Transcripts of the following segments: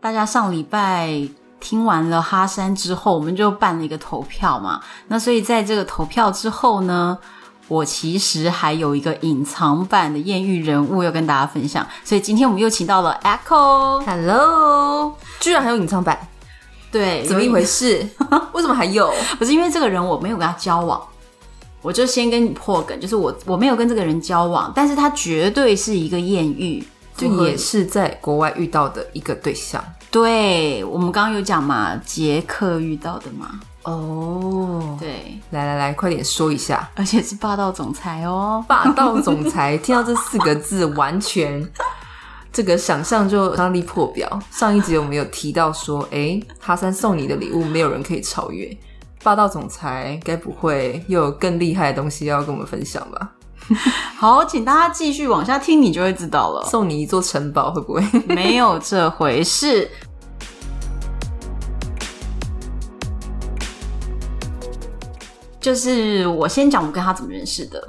大家上礼拜听完了哈山之后，我们就办了一个投票嘛。那所以在这个投票之后呢，我其实还有一个隐藏版的艳遇人物要跟大家分享。所以今天我们又请到了 Echo， Hello，居哎然还有隐藏版，对， 怎么一回事？为什么还有？不是因为这个人我没有跟他交往，我就先跟你破梗，就是我我没有跟这个人交往，但是他绝对是一个艳遇，就符合你也是在国外遇到的一个对象对我们刚刚有讲嘛，捷克遇到的嘛，哦。对，来来来，快点说一下，而且是霸道总裁哦，霸道总裁，听到这四个字，完全这个想象就张力破表。上一集我们有提到说，诶，哈三送你的礼物，没有人可以超越。霸道总裁，该不会又有更厉害的东西要跟我们分享吧？好，请大家继续往下听，你就会知道 了。送你一座城堡，会不会？没有这回事。就是我先讲我跟他怎么认识的。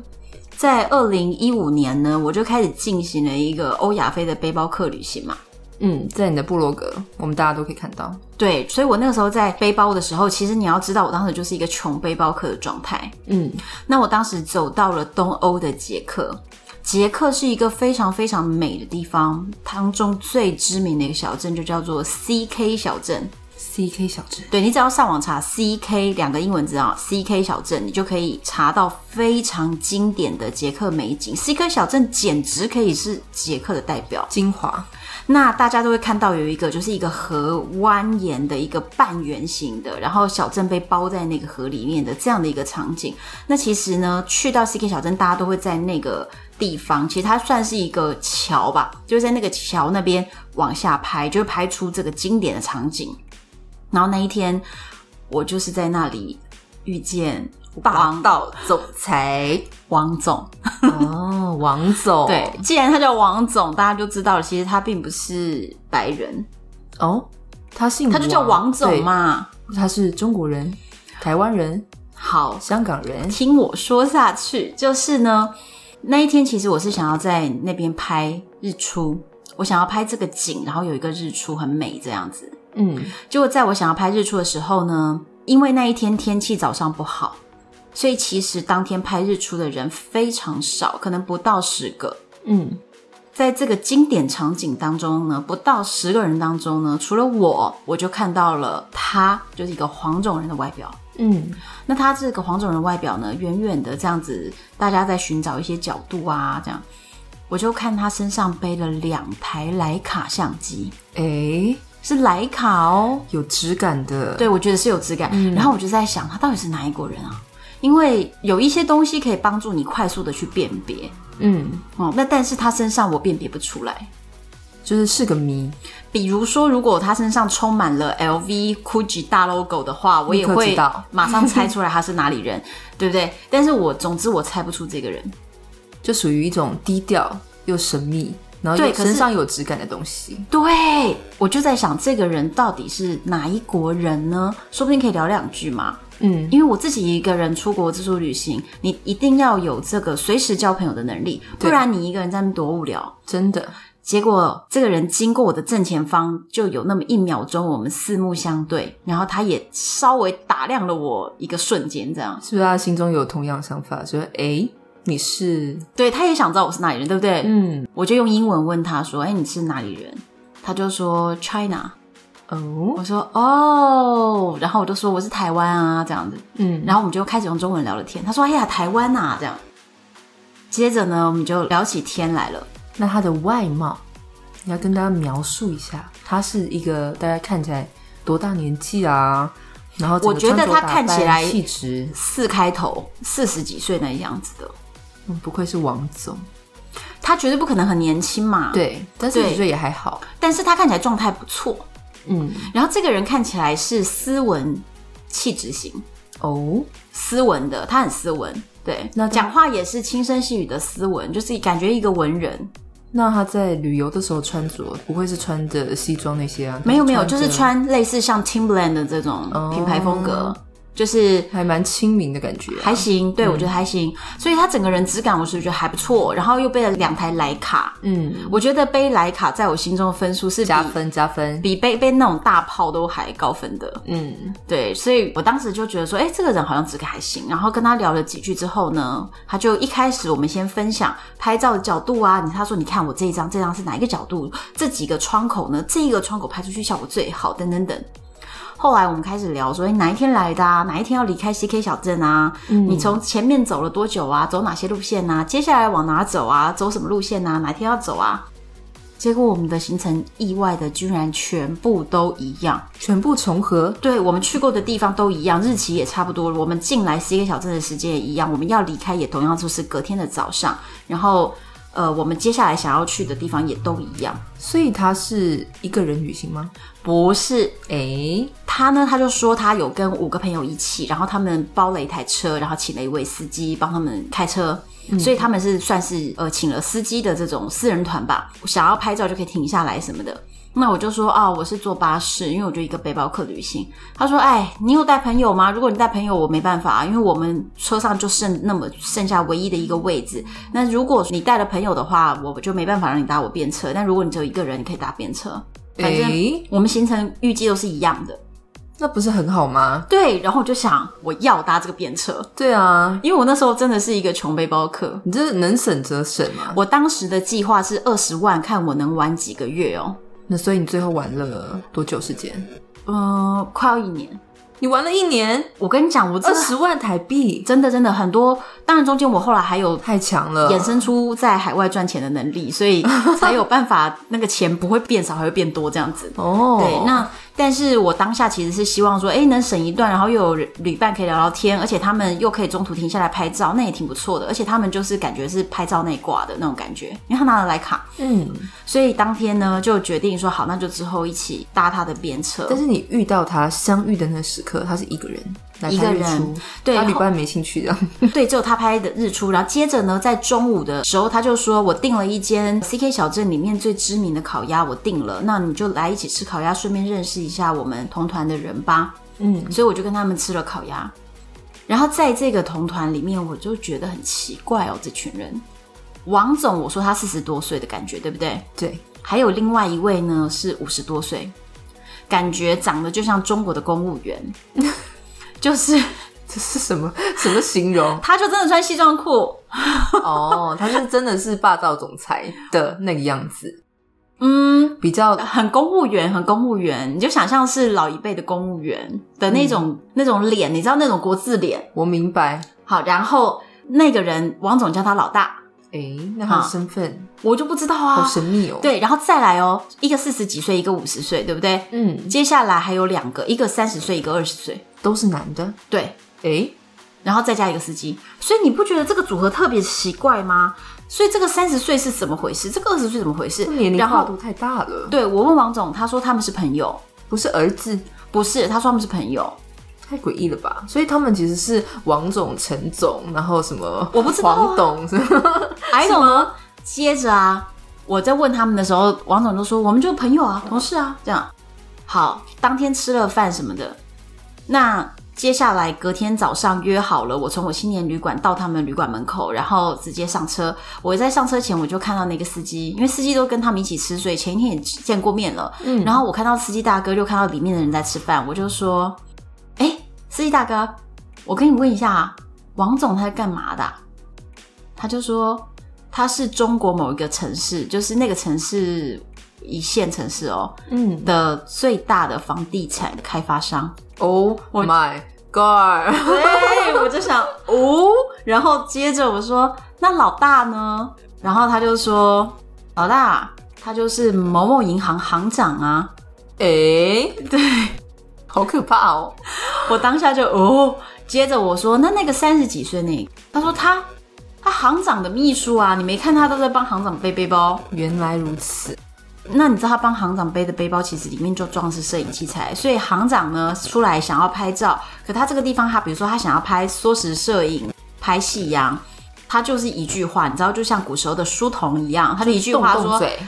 在二零一五年呢，我就开始进行了一个欧亚非的背包客旅行嘛。嗯，在你的部落格，我们大家都可以看到。对，所以我那个时候在背包的时候，其实你要知道，我当时就是一个穷背包客的状态。嗯，那我当时走到了东欧的捷克，捷克是一个非常非常美的地方，当中最知名的一个小镇就叫做 CK 小镇。 C K 小镇，对你只要上网查 CK 两个英文字啊，CK 小镇，你就可以查到非常经典的捷克美景。CK 小镇简直可以是捷克的代表。精华，那大家都会看到有一个就是一个河蜿蜒的一个半圆形的，然后小镇被包在那个河里面的这样的一个场景。那其实呢，去到 CK 小镇，大家都会在那个地方，其实它算是一个桥吧，就是在那个桥那边往下拍，就会拍出这个经典的场景。然后那一天，我就是在那里遇见霸王道总裁王总。哦，王总，对，既然他叫王总，大家就知道了，其实他并不是白人，哦，他姓他就叫王总，嘛。嗯对他是中国人、台湾人、好，香港人，听我说下去，就是呢，那一天其实我是想要在那边拍日出，我想要拍这个景，然后有一个日出很美这样子。嗯，结果在我想要拍日出的时候呢，因为那一天天气早上不好，所以其实当天拍日出的人非常少，可能不到十个。嗯，在这个经典场景当中呢，不到十个人当中呢，除了我，我就看到了他，就是一个黄种人的外表。嗯，那他这个黄种人的外表呢，远远的这样子，大家在寻找一些角度啊，这样，我就看他身上背了两台徕卡相机，嗯诶，是徕卡哦，有质感的，，对我觉得是有质感。嗯然后我就在想，他到底是哪一国人啊？因为有一些东西可以帮助你快速的去辨别，嗯，哦，那但是他身上我辨别不出来。就是是个谜，比如说，如果他身上充满了 LV、GUCCI 大 logo 的话，我也立刻会知道马上猜出来他是哪里人，对不对？但是我总之我猜不出这个人。就属于一种低调又神秘，然后对又可是身上有质感的东西，对，我就在想这个人到底是哪一国人呢？说不定可以聊两句嘛。嗯，因为我自己一个人出国自助旅行，你一定要有这个随时交朋友的能力，不对然你一个人在那边多无聊。真的，结果这个人经过我的正前方，就有那么一秒钟，我们四目相对，然后他也稍微打量了我一个瞬间，这样。是不是他心中有同样想法，就是诶，你是，对，他也想知道我是哪里人，对不对？嗯，我就用英文问他说：“哎，你是哪里人？”他就说 China，哦，我说哦，然后我就说我是台湾啊，这样子。嗯，然后我们就开始用中文聊了天。他说：“哎呀，台湾呐、这样。接着呢，我们就聊起天来了。那他的外貌，你要跟大家描述一下，他是一个大概看起来多大年纪啊，然后整个我觉得穿着他打看起扮来气质，四开头，四十几岁那样子的，嗯不愧是王总。他绝对不可能很年轻嘛。，对，但是嗯对我觉得也还好。但是他看起来状态不错，嗯，然后这个人看起来是斯文气质型，哦，斯文的，他很斯文。对，那他讲话也是轻声细语的斯文，就是感觉一个文人。那他在旅游的时候穿着，不会是穿着西装那些啊？没有没有，着哦就是穿类似像 Timberland 的这种品牌风格，就是还蛮亲民的感觉啊、还行。对、我觉得还行，所以他整个人质感我是觉得还不错。然后又背了两台徕卡，嗯，我觉得背徕卡在我心中的分数是比加分加分。比背背那种大炮都还高分的。嗯，对，所以我当时就觉得说，哎、这个人好像质感还行。然后跟他聊了几句之后呢，他就一开始我们先分享拍照的角度啊，你他说你看我这一张，这张是哪一个角度，这几个窗口呢，这一个窗口拍出去效果最好，等等等。后来我们开始聊说，哎、哪一天来的啊？哪一天要离开 CK 小镇啊？你从前面走了多久啊？走哪些路线啊？接下来往哪走啊？走什么路线啊？哪天要走啊？结果我们的行程意外的居然全部都一样。全部重合。对我们去过的地方都一样，日期也差不多了。我们进来 C K 小镇的时间也一样，我们要离开也同样就是隔天的早上。然后，呃，我们接下来想要去的地方也都一样。所以他是一个人旅行吗？不是诶，他呢，他就说他有跟五个朋友一起，然后他们包了一台车，然后请了一位司机帮他们开车。所以他们是算是呃请了司机的这种私人团吧，想要拍照就可以停下来什么的。那我就说啊、我是坐巴士，因为我就一个背包客旅行。他说：“哎，你有带朋友吗？如果你带朋友，我没办法，因为我们车上就剩那么剩下唯一的一个位置。那如果你带了朋友的话，我就没办法让你搭我便车。但如果你只有一个人，你可以搭便车。反正诶，我们行程预计都是一样的。那不是很好吗？对，然后我就想我要搭这个便车，对啊，因为我那时候真的是一个穷背包客。你这能省则省啊嘛。我当时的计划是二十万，看我能玩几个月哦。那所以你最后玩了多久时间？嗯，快要一年。你玩了一年，我跟你讲，我真二的十万台币，真的真的很多。当然，中间我后来还有太强了。衍生出在海外赚钱的能力，所以才有办法那个钱不会变少，还会变多这样子。哦，对，那但是我当下其实是希望说，哎，能省一段，然后又有人旅伴可以聊聊天，而且他们又可以中途停下来拍照，那也挺不错的。而且他们就是感觉是拍照那一挂的那种感觉，因为他拿了徕卡，嗯，所以当天呢就决定说好，那就之后一起搭他的便车但。是你遇到他相遇的那时刻，他是一个人，来一个看日人出对他然旅后伴没兴趣的。对，只有他拍的日出。然后接着呢，在中午的时候，他就说我订了一间 CK 小镇里面最知名的烤鸭，我订了，那你就来一起吃烤鸭，顺便认识一下我们同团的人吧。嗯，所以我就跟他们吃了烤鸭。然后在这个同团里面，我就觉得很奇怪哦，这群人。王总，我说他四十多岁的感觉，对不对？ 对，还有另外一位呢是五十多岁，感觉长得就像中国的公务员，就是这是什么什么形容 ？他就真的穿西装裤，哦，他是真的是霸道总裁的那个样子，嗯，比较很公务员，很公务员，你就想象是老一辈的公务员的那种、嗯那种脸，你知道那种国字脸。我明白。好，然后那个人王总叫他老大，诶，那他的好身份我就不知道好啊。神秘哦。，对，然后再来哦，一个四十几岁，一个五十岁，对不对？嗯，接下来还有两个，一个三十岁，一个二十岁，都是男的。对，诶，然后再加一个司机，所以你不觉得这个组合特别奇怪吗？所以这个三十岁是怎么回事？这个二十岁怎么回事这年？龄然跨后度太大了。，对我问王总，他说他们是朋友，不是儿子，不是，他说他们是朋友。太诡异了吧？所以他们其实是王总、陈总，然后什么我不知道啊黄董什么。还有呢，接着啊，我在问他们的时候，王总就说我们就是朋友啊，同事啊，这样。好，当天吃了饭什么的，那接下来隔天早上约好了，我从我青年旅馆到他们旅馆门口，然后直接上车。我在上车前我就看到那个司机，因为司机都跟他们一起吃，所以前一天也见过面了。 嗯，然后我看到司机大哥，就看到里面的人在吃饭，我就说：“哎、司机大哥，我跟你问一下啊，王总他是干嘛的啊、他就说他是中国某一个城市，就是那个城市一线城市哦嗯的最大的房地产开发商。 ，Oh my God！ 对，我就想哦，然后接着我说那老大呢？然后他就说老大他就是某某银行行长啊。诶，好可怕哦！我当下就哦，接着我说，那那个三十几岁那个，他说他他行长的秘书啊，你没看他都在帮行长背背包？原来如此，那你知道他帮行长背的背包，其实里面就装的是摄影器材，所以行长呢出来想要拍照，可他这个地方他比如说他想要拍缩时摄影、拍夕阳，他就是一句话，你知道，就像古时候的书童一样，他就一句动话说动嘴，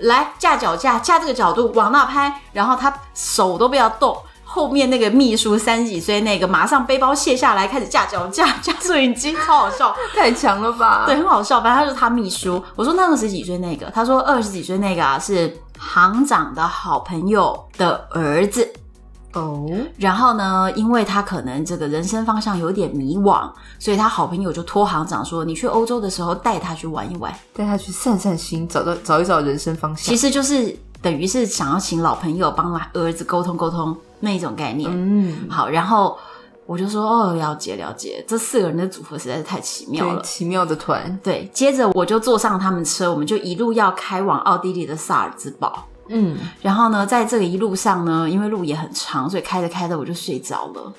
来架脚架，架这个角度往那拍，然后他手都不要动。后面那个秘书三十几岁那个，马上背包卸下来，开始架脚架，架 摄影机，超好笑。太强了吧？对，，很好笑。反正他就是他秘书。我说那二十几岁那个，他说二十几岁那个啊是行长的好朋友的儿子。哦，然后呢，因为他可能这个人生方向有点迷惘，所以他好朋友就托行长说：“你去欧洲的时候带他去玩一玩。带他去散散心，找到找一找人生方”向其。实就是等于是想要请老朋友帮他儿子沟通沟通那一种概念。嗯，好，然后我就说：“哦，了解了解。”这四个人的组合实在是太奇妙了对，。奇妙的团，对，接着我就坐上他们车，我们就一路要开往奥地利的萨尔兹堡。嗯，然后呢，在这个一路上呢，因为路也很长，所以开着开着我就睡着了。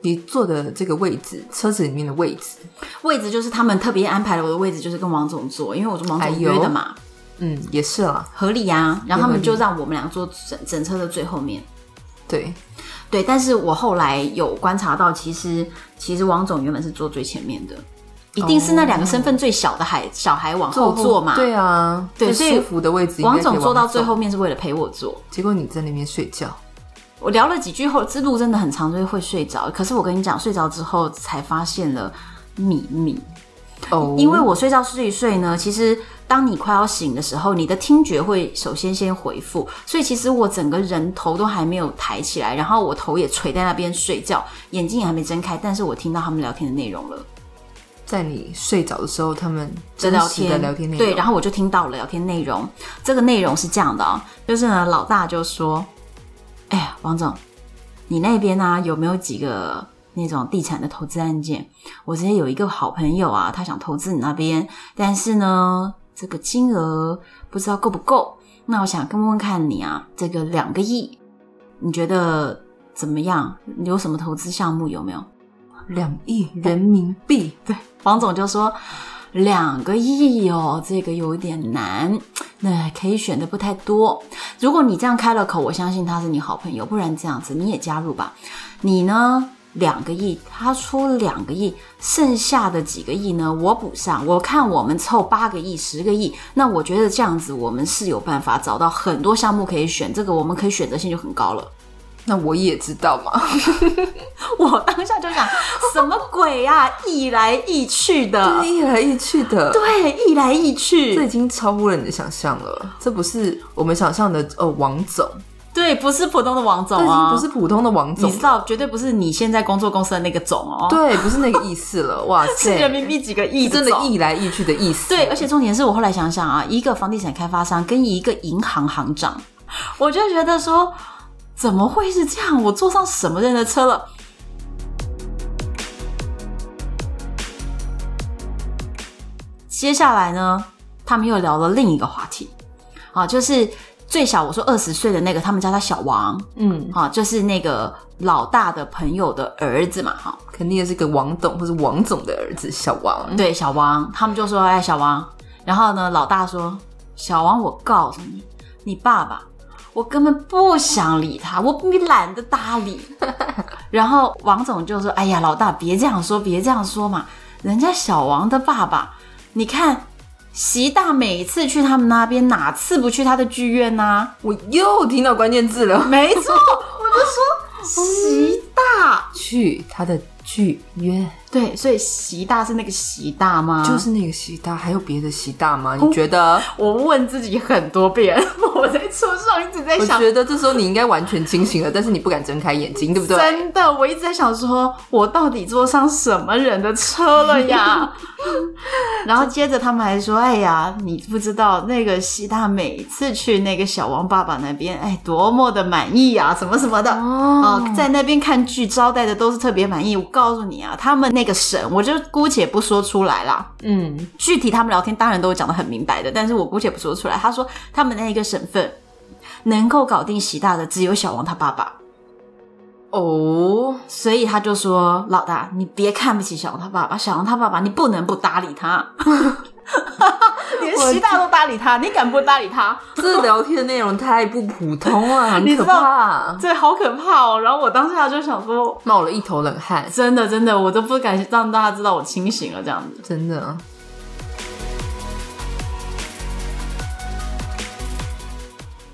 你坐的这个位置，车子里面的位置，位置就是他们特别安排了我的位置，就是跟王总坐，因为我是王哎总呦约的嘛，嗯，也是啦，合理啊。然后他们也合理就让我们俩坐整整车的最后面。对，对，但是我后来有观察到，其实其实王总原本是坐最前面的，一定是那两个身份最小的孩小孩往后哦坐嘛。对啊，对所最以舒服的位置，王总坐到最，后面是为了陪我坐。结果你在那边睡觉，我聊了几句后，之路真的很长，所以会睡着。可是我跟你讲，睡着之后才发现了秘密，哦，因为我睡觉睡一睡呢，其实当你快要醒的时候，你的听觉会首先先回复，所以其实我整个人头都还没有抬起来，然后我头也垂在那边睡觉，眼睛也还没睁开，但是我听到他们聊天的内容了，在你睡着的时候，他们在真聊实天，的聊天内容，对，然后我就听到了聊天内容，这个内容是这样的啊、就是呢，老大就说：“哎呀，王总，你那边呢、有没有几个那种地产的投资案件？我之前有一个好朋友啊，他想投资你那边，但是呢，这个金额不知道够不够。那我想跟问问看你啊，这个两个亿，你觉得怎么样？你有什么投资项目有没有？”两亿人民币，王总就说：“两个亿哦，这个有点难，那可以选的不太多。如果你这样开了口，我相信他是你好朋友，不然这样子你也加入吧。你呢，两个亿，他出两个亿，剩下的几个亿呢，我补上。我看我们凑八个亿、十个亿，那我觉得这样子我们是有办法找到很多项目可以选，这个我们可以选择性就很高了。”那我也知道嘛， 我当下就想，什么鬼呀、啊，一来一去就的是。一来一去的， 啊对，一来一去，这已经超乎了你的想象了，这不是我们想象的哦，王总，对，不是普通的王这已总经啊，不是普通的王总你知，道，绝对不是你现在工作公司的那个总哦，，对，不是那个意思 了，哇是人塞，民币几个亿真的总。意来意去的意思，对，而且重点是我后来想想啊，一个房地产开发商跟一个银行行长，我就觉得说，怎么会是这样？我坐上什么人的车了？接下来呢，他们又聊了另一个话题，啊，就是最小我说二十岁的那个，他们叫他小王，嗯，啊，就是那个老大的朋友的儿子嘛，哈、肯定也是个王董或是王总的儿子小王，对，小王，他们就说，哎，小王，然后呢，老大说，小王，我告诉你，你爸爸，我根本不想理他，我你懒得搭理。 然后王总就说，哎呀，老大，别这样说，别这样说嘛，人家小王的爸爸，你看。习大每次去他们那边，哪次不去他的剧院呢、我又听到关键字了， 没错，我就说习大，去他的剧院，对，所以习大是那个习大吗？就是那个习大，还有别的习大哦吗？你觉得？我问自己很多遍， 我在车上一直在我想，觉得这时候你应该完全清醒了，但是你不敢睁开眼睛，对不 对？真的，我一直在想说，我到底坐上什么人的车了 呀？然后接着他们还说，哎呀，你不知道那个习大每次去那个小王爸爸那边，哎，多么的满意呀、什么什么的。哦哦，在那边看剧招待的都是特别满意。我告诉你啊，他们那个省，我就姑且不说出来啦。嗯，具体他们聊天当然都有讲得很明白的，但是我姑且不说出来。他说他们那一个省份能够搞定习大的只有小王他爸爸。哦，所以他就说：“老大，你别看不起小龙他爸爸，小龙他爸爸，你不能不搭理他。连我习大都搭理他，你敢不搭理他？这聊天内容太不普 通了，很你可知道怕，这好可怕哦！”然后我当下就想说冒了一头冷：“汗，真的，真的，我都不敢让大家知道我清醒了这样子。真的。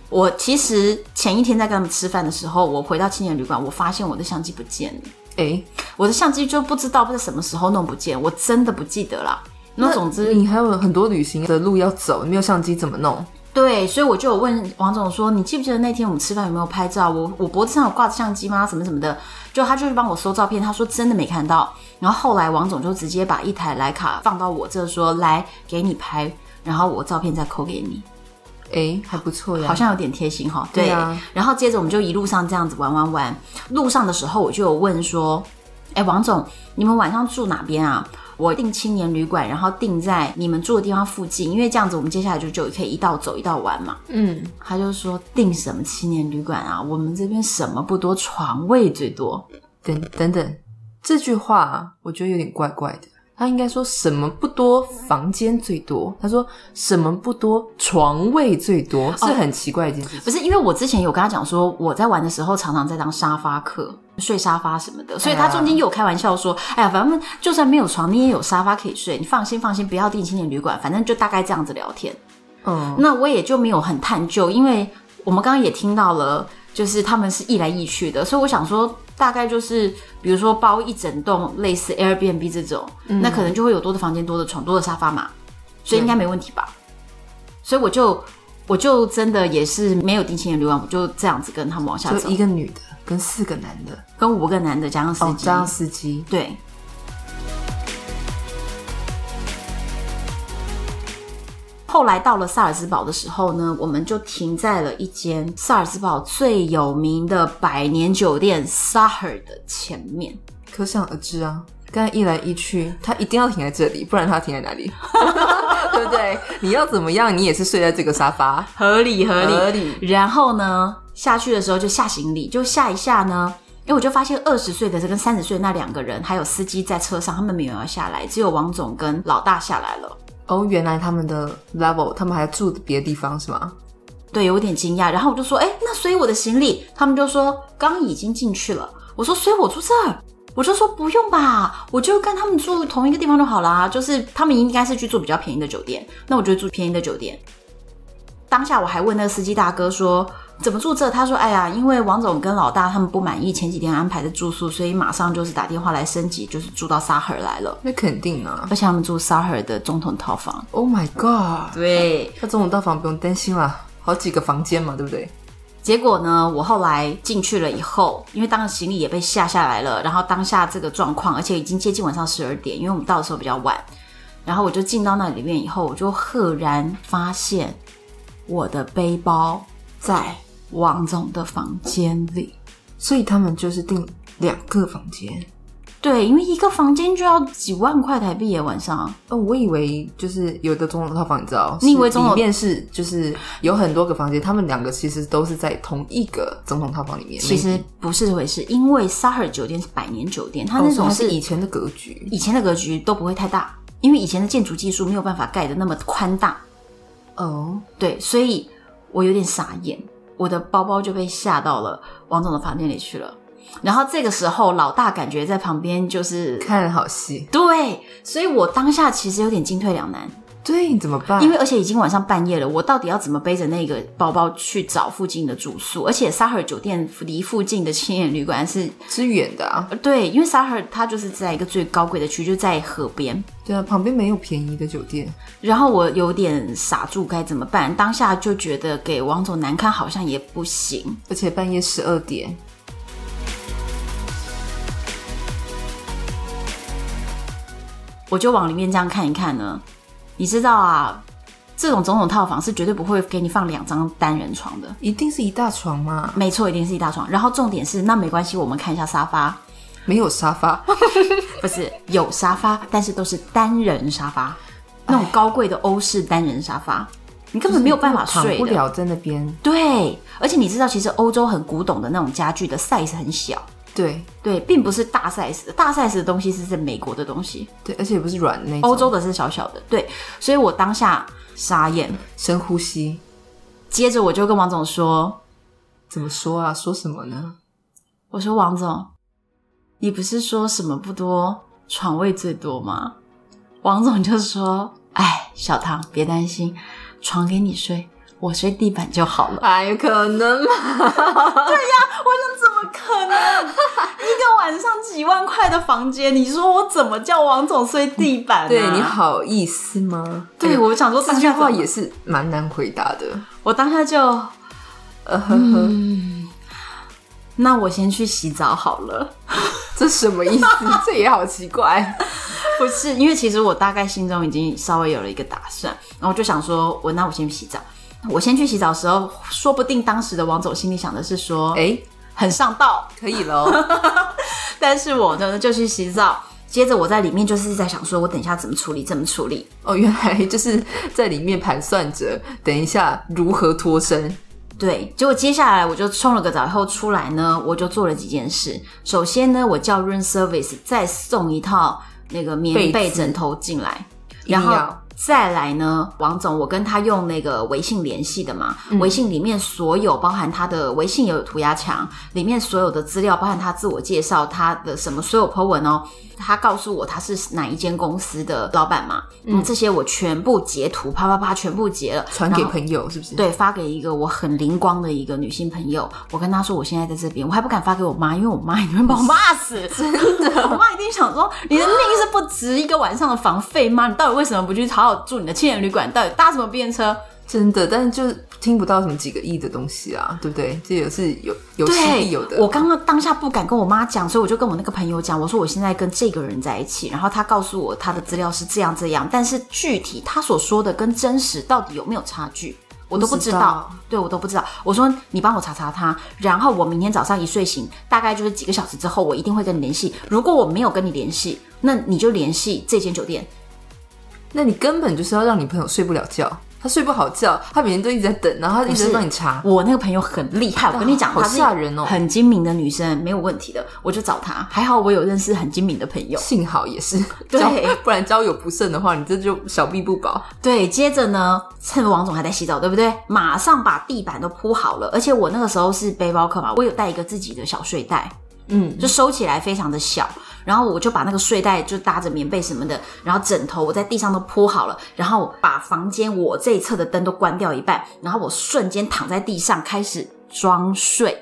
我其实前一天在跟他们吃饭的时候，我回到青年旅馆，我发现我的相机不见了。哎，我的相机就不知道在什么时候弄不见，我真的不记得啦。那总之，你还有很多旅行的路要走，你没有相机怎么弄？对，所以我就有问王总说：“你记不记得那天我们吃饭有没有拍照？我我脖子上有挂着相机吗？什么什么的。”就他就是帮我搜照片，他说真的没看到。然后后来王总就直接把一台徕卡放到我这，说：“来给你拍，然后我照片再扣给你。”哎，还不错呀，好像有点贴心哈。对，对啊然后接着我们就一路上这样子玩玩玩。路上的时候我就有问说：“哎，王总，你们晚上住哪边啊？”我订青年旅馆，然后订在你们住的地方附近，因为这样子我们接下来就就可以一道走一道玩嘛。嗯，他就说订什么青年旅馆啊，我们这边什么不多，床位最多。等等等，这句话啊我觉得有点怪怪的。他应该说什么不多，房间最多。他说什么不多，床位最多，是很奇怪的一件事情。不是因为我之前有跟他讲说，我在玩的时候常常在当沙发客。睡沙发什么的，所以他中间也有开玩笑说：“哎呀，反正就算没有床，你也有沙发可以睡，你放心放心，不要订青年旅馆，反正就大概这样子聊天。”嗯，那我也就没有很探究，因为我们刚刚也听到了，就是他们是一来一去的，所以我想说，大概就是比如说包一整栋类似 Airbnb 这种，嗯那可能就会有多的房间、多的床、多的沙发嘛，所以应该没问题吧。所以我就我就真的也是没有定情的流浪，我就这样子跟他们往下就走一，个女的跟四个男的，跟五个男的加上司哦，机，加上司机，对。后来到了萨尔兹堡的时候呢，我们就停在了一间萨尔兹堡最有名的百年酒店 Sahar 的前面。可想而知啊。刚才一来一去，他一定要停在这里，不然他停在哪里？ 对不对？你要怎么样，你也是睡在这个沙发，合理合合理然后呢，下去的时候就下行李，就下一下呢，因为我就发现二十岁的这跟三十岁那两个人，还有司机在车上，他们没有要下来，只有王总跟老大下来了。哦，原来他们的 level，他们还住别的地方是吗？对，有点惊讶。然后我就说，哎，那所以我的行李，他们就说刚已经进去了。我说，所以我住这儿。我就说不用吧，我就跟他们住同一个地方就好啦。就是他们应该是去住比较便宜的酒店，那我就住便宜的酒店。当下我还问那个司机大哥说怎么住这，他说哎呀，因为王总跟老大他们不满意前几天安排的住宿，所以马上就是打电话来升级，就是住到沙河来了，那肯定啊而且他们住沙河的总统套房。 ！Oh my god，对，那总统套房不用担心啦，好几个房间嘛，对不对？结果呢，我后来进去了以后，因为当时行李也被下下来了，然后当下这个状况，而且已经接近晚上十二点，因为我们到的时候比较晚，然后我就进到那里面以后，我就赫然发现我的背包在王总的房间里。所以他们就是订两个房间。对，因为一个房间就要几万块台币耶，晚上。哦，我以为就是有的总统套房，你知道，你以为是总统里面是就是有很多个房间，他们两个其实都是在同一个总统套房里面。其实 maybe 不是这回事，因为 s a h a r 酒店是百年酒店，它哦那所种以它是是以前的格局，以前的格局都不会太大，因为以前的建筑技术没有办法盖的那么宽大。哦，对，所以我有点傻眼，我的包包就被吓到了，王总的房间里去了。然后这个时候，老大感觉在旁边就是看好戏，对，所以我当下其实有点进退两难，对，你怎么办？因为而且已经晚上半夜了，我到底要怎么背着那个包包去找附近的住宿？而且沙尔酒店离附近的青年旅馆是，是远的啊，呃对，因为沙尔它就是在一个最高贵的区，就在河边，对啊，旁边没有便宜的酒店，然后我有点傻住，该怎么办？当下就觉得给王总难看好像也不行，而且半夜十二点，我就往里面这样看一看呢。你知道啊，这种总统套房是绝对不会给你放两张单人床的。一定是一大床嘛，没错，一定是一大床。然后重点是，那没关系，我们看一下沙发，没有沙发，不是有沙发，但是都是单人沙发，那种高贵的欧式单人沙发，你根本没有办法躺睡不的。了在那边。对，而且你知道，其实欧洲很古董的那种家具的 size 很小，对对，并不是大 size 的，大 size 的东西是在美国的东西，对，而且也不是软那种，欧洲的是小小的。对，所以我当下傻眼，深呼吸，接着我就跟王总说怎么说啊？说什么呢？：“我说王总，你不是说什么不多，床位最多吗？”王总就说：“哎，小唐别担心，床给你睡，我睡地板就好了。”哎，有可能吗？ 我想怎么可能？ 一个晚上几万块的房间，你说我怎么叫王总睡地板、啊？对，你。好意思吗？对，哎我想说这句当下话怎么也，是蛮难回答的。我当下就呃呵呵，嗯，那我先去洗澡好了。这什么 意思？这也好奇怪。不是，因为其实我大概心中已经稍微有了一个打算，然后我就想说，我那我先去洗澡。我先去洗澡的时候，说不定当时的王总心里想的是说，哎、哎，很上道，可以哦喽。但是我呢就去洗澡。接着我在里面就是在想说，我等一下怎么处理，怎么处理。 哦，原来就是在里面盘算着，等一下如何脱身。对，结果接下来我就冲了个澡以后出来呢，我就做了几件事。首先呢，我叫 room service 再送一套那个棉被被子枕头进来，一定然要后再来呢，王总，我跟他用那个微信联系的嘛，嗯微信里面所有包含他的微信也有涂鸦墙，里面所有的资料，包含他自我介绍，他的什么所有 po 文哦，他告诉我他是哪一间公司的老板嘛，嗯，这些我全部截图，啪啪啪全部截了，传给然后朋友是不是？，对，发给一个我很灵光的一个女性朋友，我跟她说我现在在这边，我还不敢发给我妈，因为我妈一定会把我骂死， 真的，我妈一定想说你的命是不值一个晚上的房费吗？你到底为什么不去好好住你的青年旅馆？到底搭什么便车？真的，但是就是听不到什么几个亿的东西啊，对不对？这也是有有失必对，有的。我刚刚当下不敢跟我妈讲，所以我就跟我那个朋友讲，我说我现在跟这个人在一起，然后他告诉我他的资料是这样这样，但是具体他所说的跟真实到底有没有差距，我都不知道。不知道对我都不知道。我说你帮我查查他，然后我明天早上一睡醒，大概就是几个小时之后，我一定会跟你联系。如果我没有跟你联系，那你就联系这间酒店。那你根本就是要让你朋友睡不了觉，他睡不好觉，他每天都一直在等，然后他一直在帮你查。我那个朋友很厉害，我跟你讲，好她是吓人哦很精明的女生，没有问题的。我就找她，还好我有认识很精明的朋友。幸好也是，对交不然交友不慎的话，你这就小臂不保。对，接着呢，趁王总还在洗澡，对不对？马上把地板都铺好了，而且我那个时候是背包客嘛，我有带一个自己的小睡袋，嗯，就收起来非常的小。然后我就把那个睡袋就搭着棉被什么的，然后枕头我在地上都铺好了，然后把房间我这一侧的灯都关掉一半，然后我瞬间躺在地上开始装睡，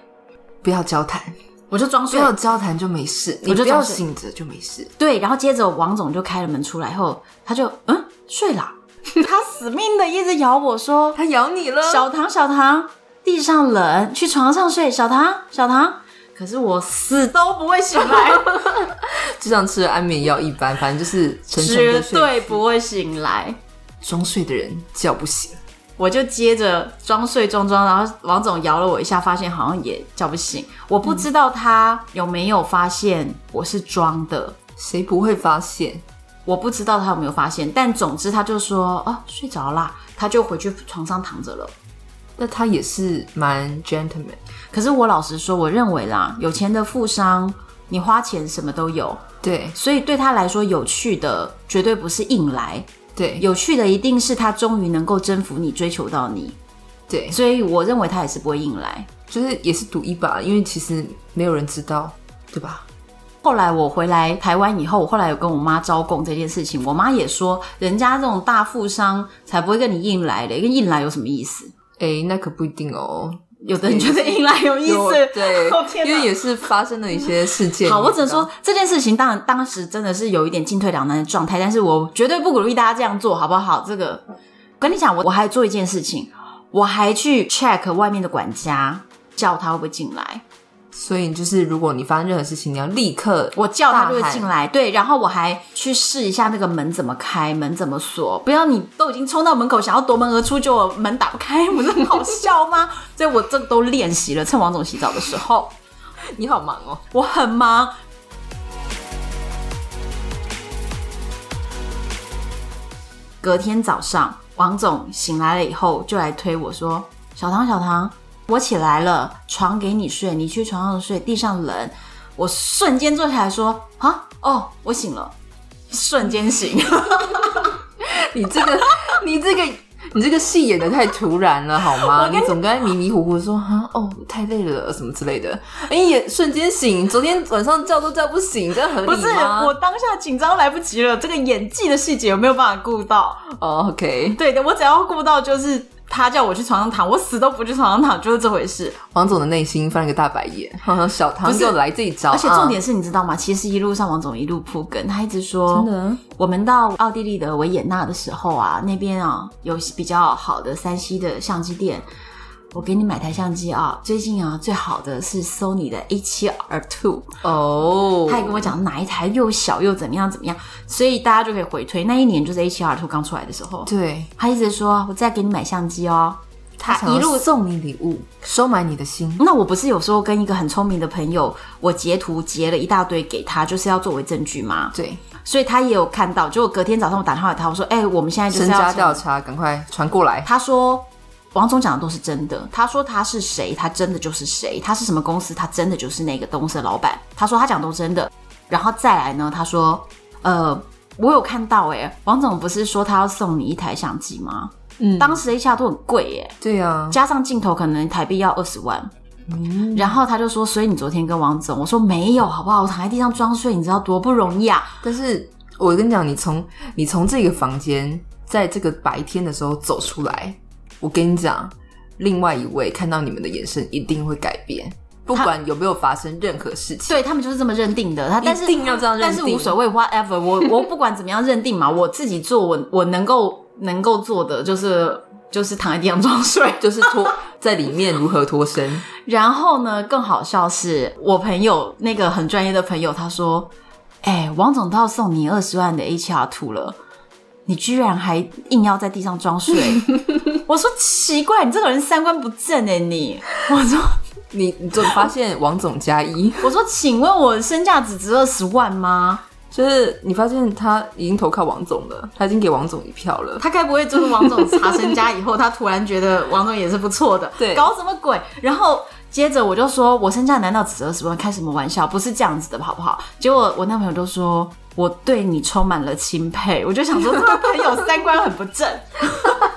不要交谈，我就装不睡要交谈就没事，你我就不要装睡醒着就没事。对，然后接着王总就开了门出来后，他就嗯睡了，他死命的一直咬我说他咬你了，小唐，小唐，地上冷，去床上睡。小唐，小唐，可是我死都不会醒来，就像吃了安眠药一般，反正就是沉沉绝的睡。对不会醒来。装睡的人叫不醒，我就接着装睡装装，然后王总摇了我一下，发现好像也叫不醒。我嗯不知道他有没有发现我是装的，谁不会发现？我不知道他有没有发现，但总之他就说哦睡着啦，他就回去床上躺着了。那他也是蛮 gentleman，可是我老实说，我认为啦，有钱的富商，你花钱什么都有，对所以对他来说，有趣的绝对不是硬来，对有趣的一定是他终于能够征服你，追求到你。对，所以我认为他也是不会硬来。就是也是赌一把，因为其实没有人知道，对吧？后来我回来台湾以后，我后来有跟我妈招供这件事情，我妈也说，人家这种大富商才不会跟你硬来嘞，跟硬来有什么意思？哎，那可不一定哦。有的人觉得硬来有意有思，对 哦天，因哪为也是发生了一些事件。好，我你只能知道说这件事情，当然当时真的是有一点进退两难的状态，但是我绝对不鼓励大家这样做，好不好？这个，跟你讲，我我还做一件事情，我还去 check 外面的管家，叫他会不会进来。所以就是，如果你发生任何事情，你要立刻我叫他就会大喊进来，对，然后我还去试一下那个门怎么开，门怎么锁，不要你都已经冲到门口想要夺门而出，就门打不开，不是很好笑吗？ 所以我这个都练习了，趁王总洗澡的时候，你好忙哦。 我很忙，隔天早上，王总醒来了以后，就来推我说：“小唐，小唐，我起来了，床给你睡，你去床上睡，地上冷。”我瞬间坐起来说啊，哦，我醒 了，瞬间醒。你这个，你这个，你这个戏演的太突然了，好 吗？你总该迷迷糊糊说啊，哦，太累了，什么之类的。哎，也瞬间醒，昨天晚上叫都叫不醒，这样合理不吗？是，我当下紧张来不及了，这个演技的细节有没有办法顾到？哦，OK，对的，我只要顾到就是他叫我去床上躺，我死都不去床上躺，就是这回事。王总的内心翻了个大白眼， 呵呵小唐不是又来这一招，而且重点是，你知道吗？其实一路上王总一路铺梗，他一直啊、说，真的我们到奥地利的维也纳的时候啊，那边啊有比较好的三 C 的相机店，我给你买台相机啊。最近啊最好的是 Sony 的 A 7 R Two，哦，他也跟我讲哪一台又小又怎么样怎么样，所以大家就可以回推那一年就是 A 7 R Two 刚出来的时候，对，他一直说我再给你买相机哦。他想要一路送你礼物，收买你的心，那我不是有时候跟一个很聪明的朋友，我截图截了一大堆给他，就是要作为证据嘛。对，所以他也有看到。结果隔天早上我打电话给他，我说：“哎、我们现在就是身要家请调查，赶快传过来。他说王总讲的都是真的。他说他是谁，他真的就是谁；他是什么公司，他真的就是那个东司的老板。他说他讲都真的。然后再来呢，他说，呃，我有看到哎、王总不是说他要送你一台相机吗？嗯，当时 A 下都很贵哎、对啊，加上镜头可能台币要二十万。然后他就说，所以你昨天跟王总，我说没有，好不好？我躺在地上装睡，你知道多不容易啊！但是我跟你讲，你从你从这个房间，在这个白天的时候走出来，我跟你讲，另外一位看到你们的眼神一定会改变，不管有没有发生任何事情。对他们就是这么认定的，他但是一定要这样认定但是无所谓，whatever，我 我不管怎么样认定嘛，我自己做我我能够能够做的就是 就是躺在地上装睡。就是脱在里面如何脱身，然后呢，更好笑是我朋友那个很专业的朋友，他说：“哎、王总都要送你二十万的 HR 图了，你居然还硬要在地上装睡。” 我说奇怪，你这个人三观不正哎、你！我说你你总发现王总加一， 我说，请问我身价只值二十万吗？就是你发现他已经投靠王总了，他已经给王总一票了。他该不会就是王总查身家以后，他突然觉得王总也是不错的，对搞什么鬼？然后接着我就说，我身价难道只二十万？开什么玩笑？不是这样子的，好不好？结果我那朋友就说。我对你充满了钦佩，我就想说这个朋友三观很不正。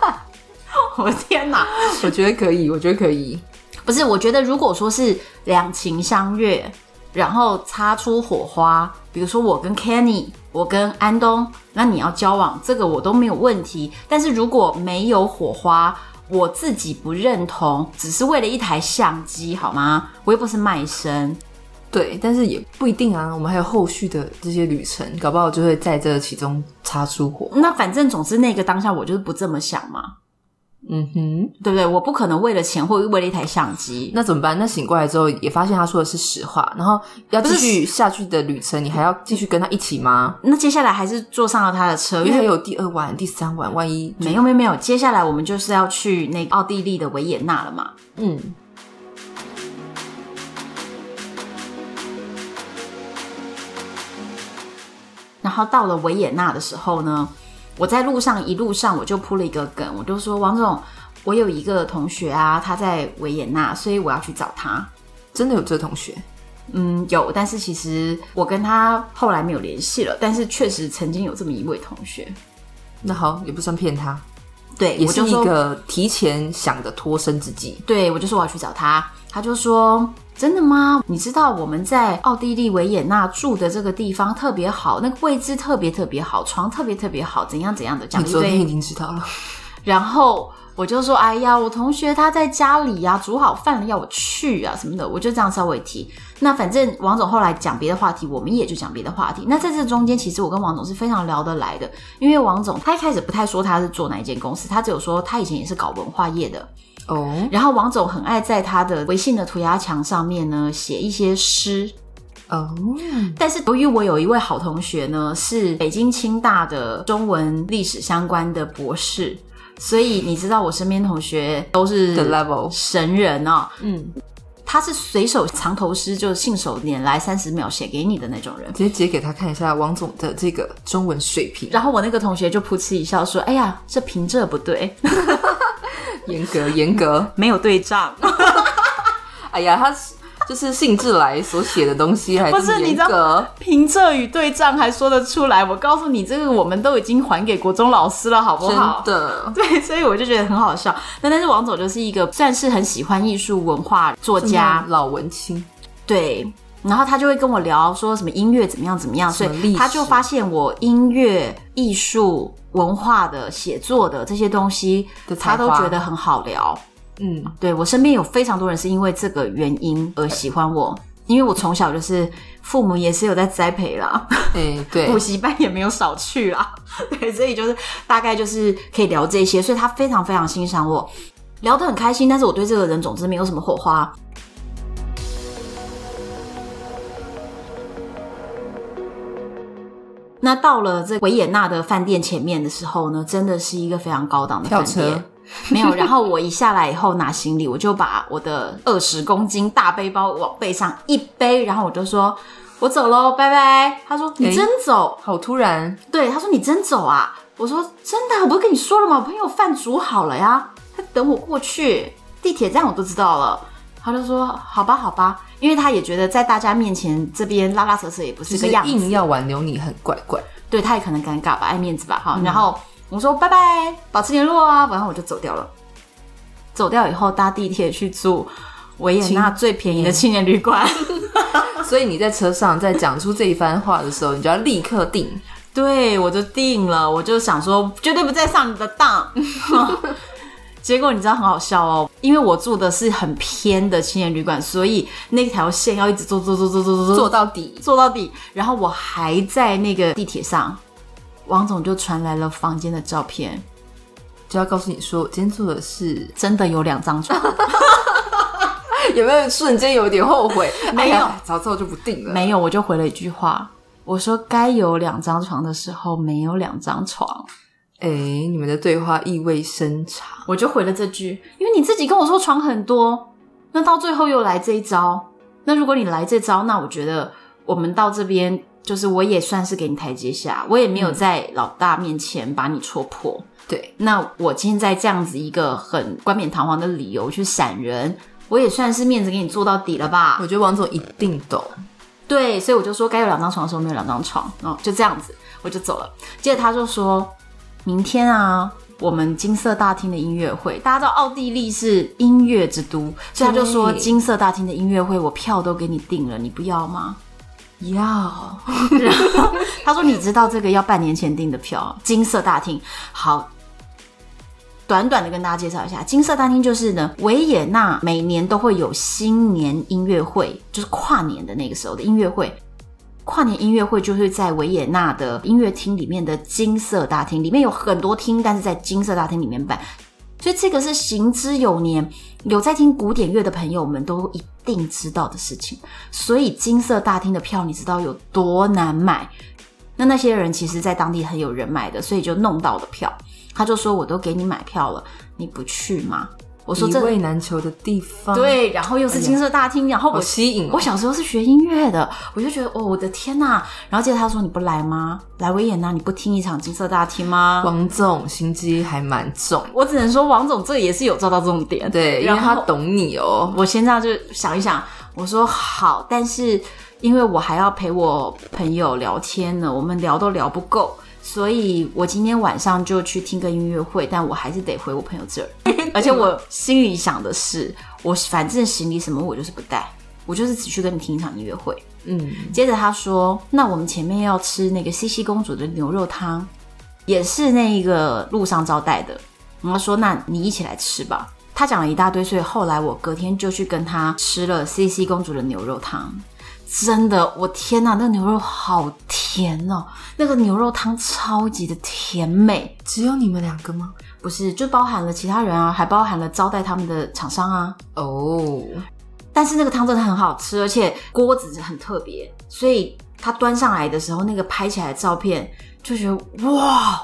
我的天哪！我觉得可以，我觉得可以。不是，我觉得如果说是两情相悦，然后擦出火花，比如说我跟 Kenny，我跟安东，那你要交往，这个我都没有问题。但是如果没有火花，我自己不认同，只是为了一台相机，好吗？我又不是卖身，对，但是也不一定啊，我们还有后续的这些旅程，搞不好就会在这其中擦出火。那反正总之那个当下我就是不这么想嘛，嗯哼，对不对？我不可能为了钱或为了一台相机，那怎么办？那醒过来之后也发现他说的是实话，然后要继不续下去的旅程，你还要继续跟他一起吗？那接下来还是坐上了他的车，因为因为还有第二晚、第三晚，万一没有没有没有，接下来我们就是要去那个奥地利的维也纳了嘛。嗯，然后到了维也纳的时候呢，我在路上一路上我就铺了一个梗，我就说王总，我有一个同学啊，他在维也纳，所以我要去找他。真的有这同学，嗯，有，但是其实我跟他后来没有联系了，但是确实曾经有这么一位同学，那好，也不算骗他，对，也我是就一说个提前想的脱身之计。对我就说我要去找他，他就说。真的吗？你知道我们在奥地利维也纳住的这个地方特别好，那个位置特别特别好，床特别特别好，怎样怎样的讲你了一昨天堆已经知道了，然后我就说：“哎呀，我同学他在家里呀、煮好饭了，要我去啊什么的。”我就这样稍微提。那反正王总后来讲别的话题，我们也就讲别的话题。那在这中间，其实我跟王总是非常聊得来的，因为王总他一开始不太说他是做哪一间公司，他只有说他以前也是搞文化业的。哦然后王总很爱在他的微信的涂鸦墙上面呢写一些诗，哦，但是由于我有一位好同学呢，是北京清大的中文历史相关的博士，所以你知道我身边同学都是的 level 神人哦，嗯，他是随手藏头诗，就信手拈来三十秒写给你的那种人。直接截给他看一下王总的这个中文水平，然后我那个同学就噗嗤一笑说：“哎呀，这平仄不对， 严格严格。没有对仗。 哎呀，他是就是兴致来所写的东西还不是你严知道格。平仄与对仗还说得出来，我告诉你，这个我们都已经还给国中老师了，好不真好？的， 对，所以我就觉得很好笑。那但是王总就是一个算是很喜欢艺术文化作家，老文青，对。然后他就会跟我聊说什么音乐怎么样怎么样，所什么历以史他就发现我音乐、艺术、文化的写作的这些东西的，才他华都觉得很好聊。嗯，对我身边有非常多人是因为这个原因而喜欢我，因为我从小就是父母也是有在栽培啦，哎、对补，习班也没有少去啦， 对，所以就是大概就是可以聊这些，所以他非常非常欣赏我，聊得很开心，但是我对这个人总之没有什么火花。那到了这维也纳的饭店前面的时候呢，真的是一个非常高档的跳饭车店。没有，然后我一下来以后拿行李，我就把我的二十公斤大背包往背上一背，然后我就说：“我走喽，拜拜。”他说：“你诶真走？”好突然，对，他说你真走啊？我说真的啊，我不是跟你说了吗？我朋友饭煮好了呀，他等我过去。地铁站我都知道了。他就说好吧，好吧，因为他也觉得在大家面前这边拉拉扯扯也不就是是个样子，硬要挽留你，很怪怪。对他也可能尴尬吧，爱面子吧，哈。然后我说拜拜，保持联络啊，然后我就走掉了。走掉以后搭地铁去住维也纳最便宜的青年旅馆。啊所以你在车上在讲出这一番话的时候，你就要立刻定，对，我就定了，我就想说绝对不再上你的当。结果你知道很好笑哦，因为我住的是很偏的青年旅馆，所以那条线要一直坐坐坐坐坐坐做坐到底。坐到底，然后我还在那个地铁上，王总就传来了房间的照片，就要告诉你说，我今天做 的是真的有两张床，有没有瞬间有点后 悔？没有哎呀早知道就不定了。没有，我就回了一句话，我说该有两张床的时候没有两张床，哎、你们的对话意味深长，我就回了这句，因为你自己跟我说床很多，那到最后又来这一招。那如果你来这招，那我觉得我们到这边，就是我也算是给你台阶下，我也没有在老大面前把你戳破。对，那我现在这样子一个很冠冕堂皇的理由去闪人，我也算是面子给你做到底了吧我？觉得王总一定懂。对，所以我就说该有两张床的时候没有两张床，哦，就这样子，我就走了。接着他就说，明天啊，我们金色大厅的音乐会，大家知道奥地利是音乐之都，所以他就说对金色大厅的音乐会，我票都给你订了，你不要吗？ 要他说：“你知道这个要半年前订的票，金色大厅。”好，短短的跟大家介绍一下，金色大厅就是呢，维也纳每年都会有新年音乐会，就是跨年的那个时候的音乐会。跨年音乐会就是在维也纳的音乐厅里面的金色大厅，里面有很多厅，但是在金色大厅里面办，所以这个是行之有年，有在听古典乐的朋友们都一定知道的事情。所以金色大厅的票，你知道有多难买？那那些人其实在当地很有人脉的，所以就弄到了票。他就说：“我都给你买票了，你不去吗？”我说一这：“味难求的地方，，对，然后又是金色大厅，然后好我吸嗯引、哦。我小时候是学音乐的，我就觉得哦，我的天呐！然后接着他说：“你不来吗？来维也纳你不听一场金色大厅吗？”王总心机还蛮重，我只能说，王总这也是有做到重点。对，因然为他后懂你哦。我现在就想一想，我说好，但是因为我还要陪我朋友聊天呢，我们聊都聊不够，所以我今天晚上就去听个音乐会，但我还是得回我朋友这儿。而且我心里想的是，我反正行李什么我就是不带，我就是只去跟你听一场音乐会。嗯，接着他说：“那我们前面要吃那个西西公主的牛肉汤，也是那个路上招待的。”然后说：“那你一起来吃吧。”他讲了一大堆，所以后来我隔天就去跟他吃了西西公主的牛肉汤。真的，我天哪，那个牛肉好甜哦！那个牛肉汤超级的甜美，只有你们两个吗？不是就包含了其他人啊，还包含了招待他们的厂商啊。哦，但是那个汤真的很好吃，而且锅子很特别，所以它端上来的时候，那个拍起来的照片就觉得哇！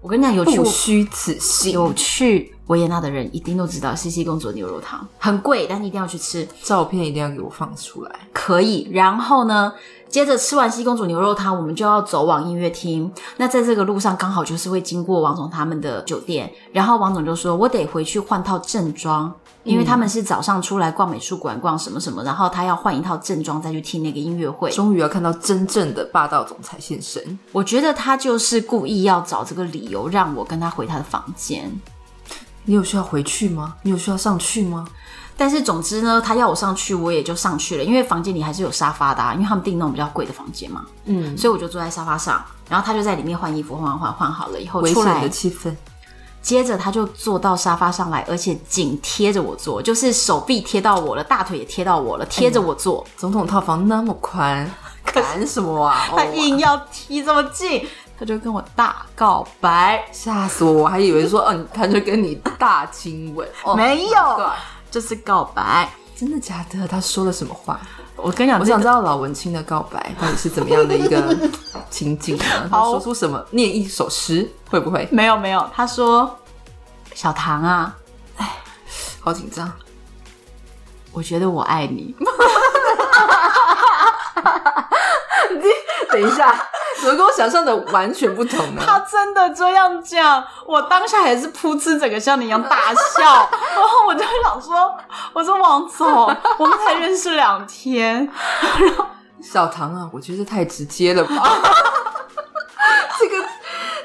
我跟你讲，有去不虚此行，有去维也纳的人一定都知道西西公主的牛肉汤很贵，但是一定要去吃，照片一定要给我放出来。可以。然后呢，接着吃完西公主牛肉汤，我们就要走往音乐厅。那在这个路上刚好就是会经过王总他们的酒店，然后王总就说：“我得回去换套正装，因为他们是早上出来逛美术馆、逛什么什么，然后他要换一套正装再去听那个音乐会。”终于要看到真正的霸道总裁现身。我觉得他就是故意要找这个理由让我跟他回他的房间。你有需要回去吗？你有需要上去吗？但是总之呢，他要我上去，我也就上去了，因为房间里还是有沙发的、啊，因为他们订那种比较贵的房间嘛，嗯，所以我就坐在沙发上，然后他就在里面换衣服，换完换换好了以后危出险来的，气氛，接着他就坐到沙发上来，而且紧贴着我坐，就是手臂贴到我了，大腿也贴到我了，贴着我坐，总统套房那么 宽，赶什么啊？他哦硬要贴这么近，他就跟我大告白，吓死我！我还以为说，嗯、他就跟你大亲吻，哦、没对有，，就是告白。真的假的？他说了什么话？我跟你讲，我想知道老文青的告白到底是怎么样的一个 情景呢？他好说出什么？念一首诗会不会？没有没有，他说小唐啊，好 紧张，我觉得我爱你。等一下， 怎么跟我想象的完全不同呢？他真的这样讲，我当下也是噗嗤，整个像你一样大 笑。然后我就想说，我说王总，我们才认识两天，小唐啊，我觉得太直接了吧， 这个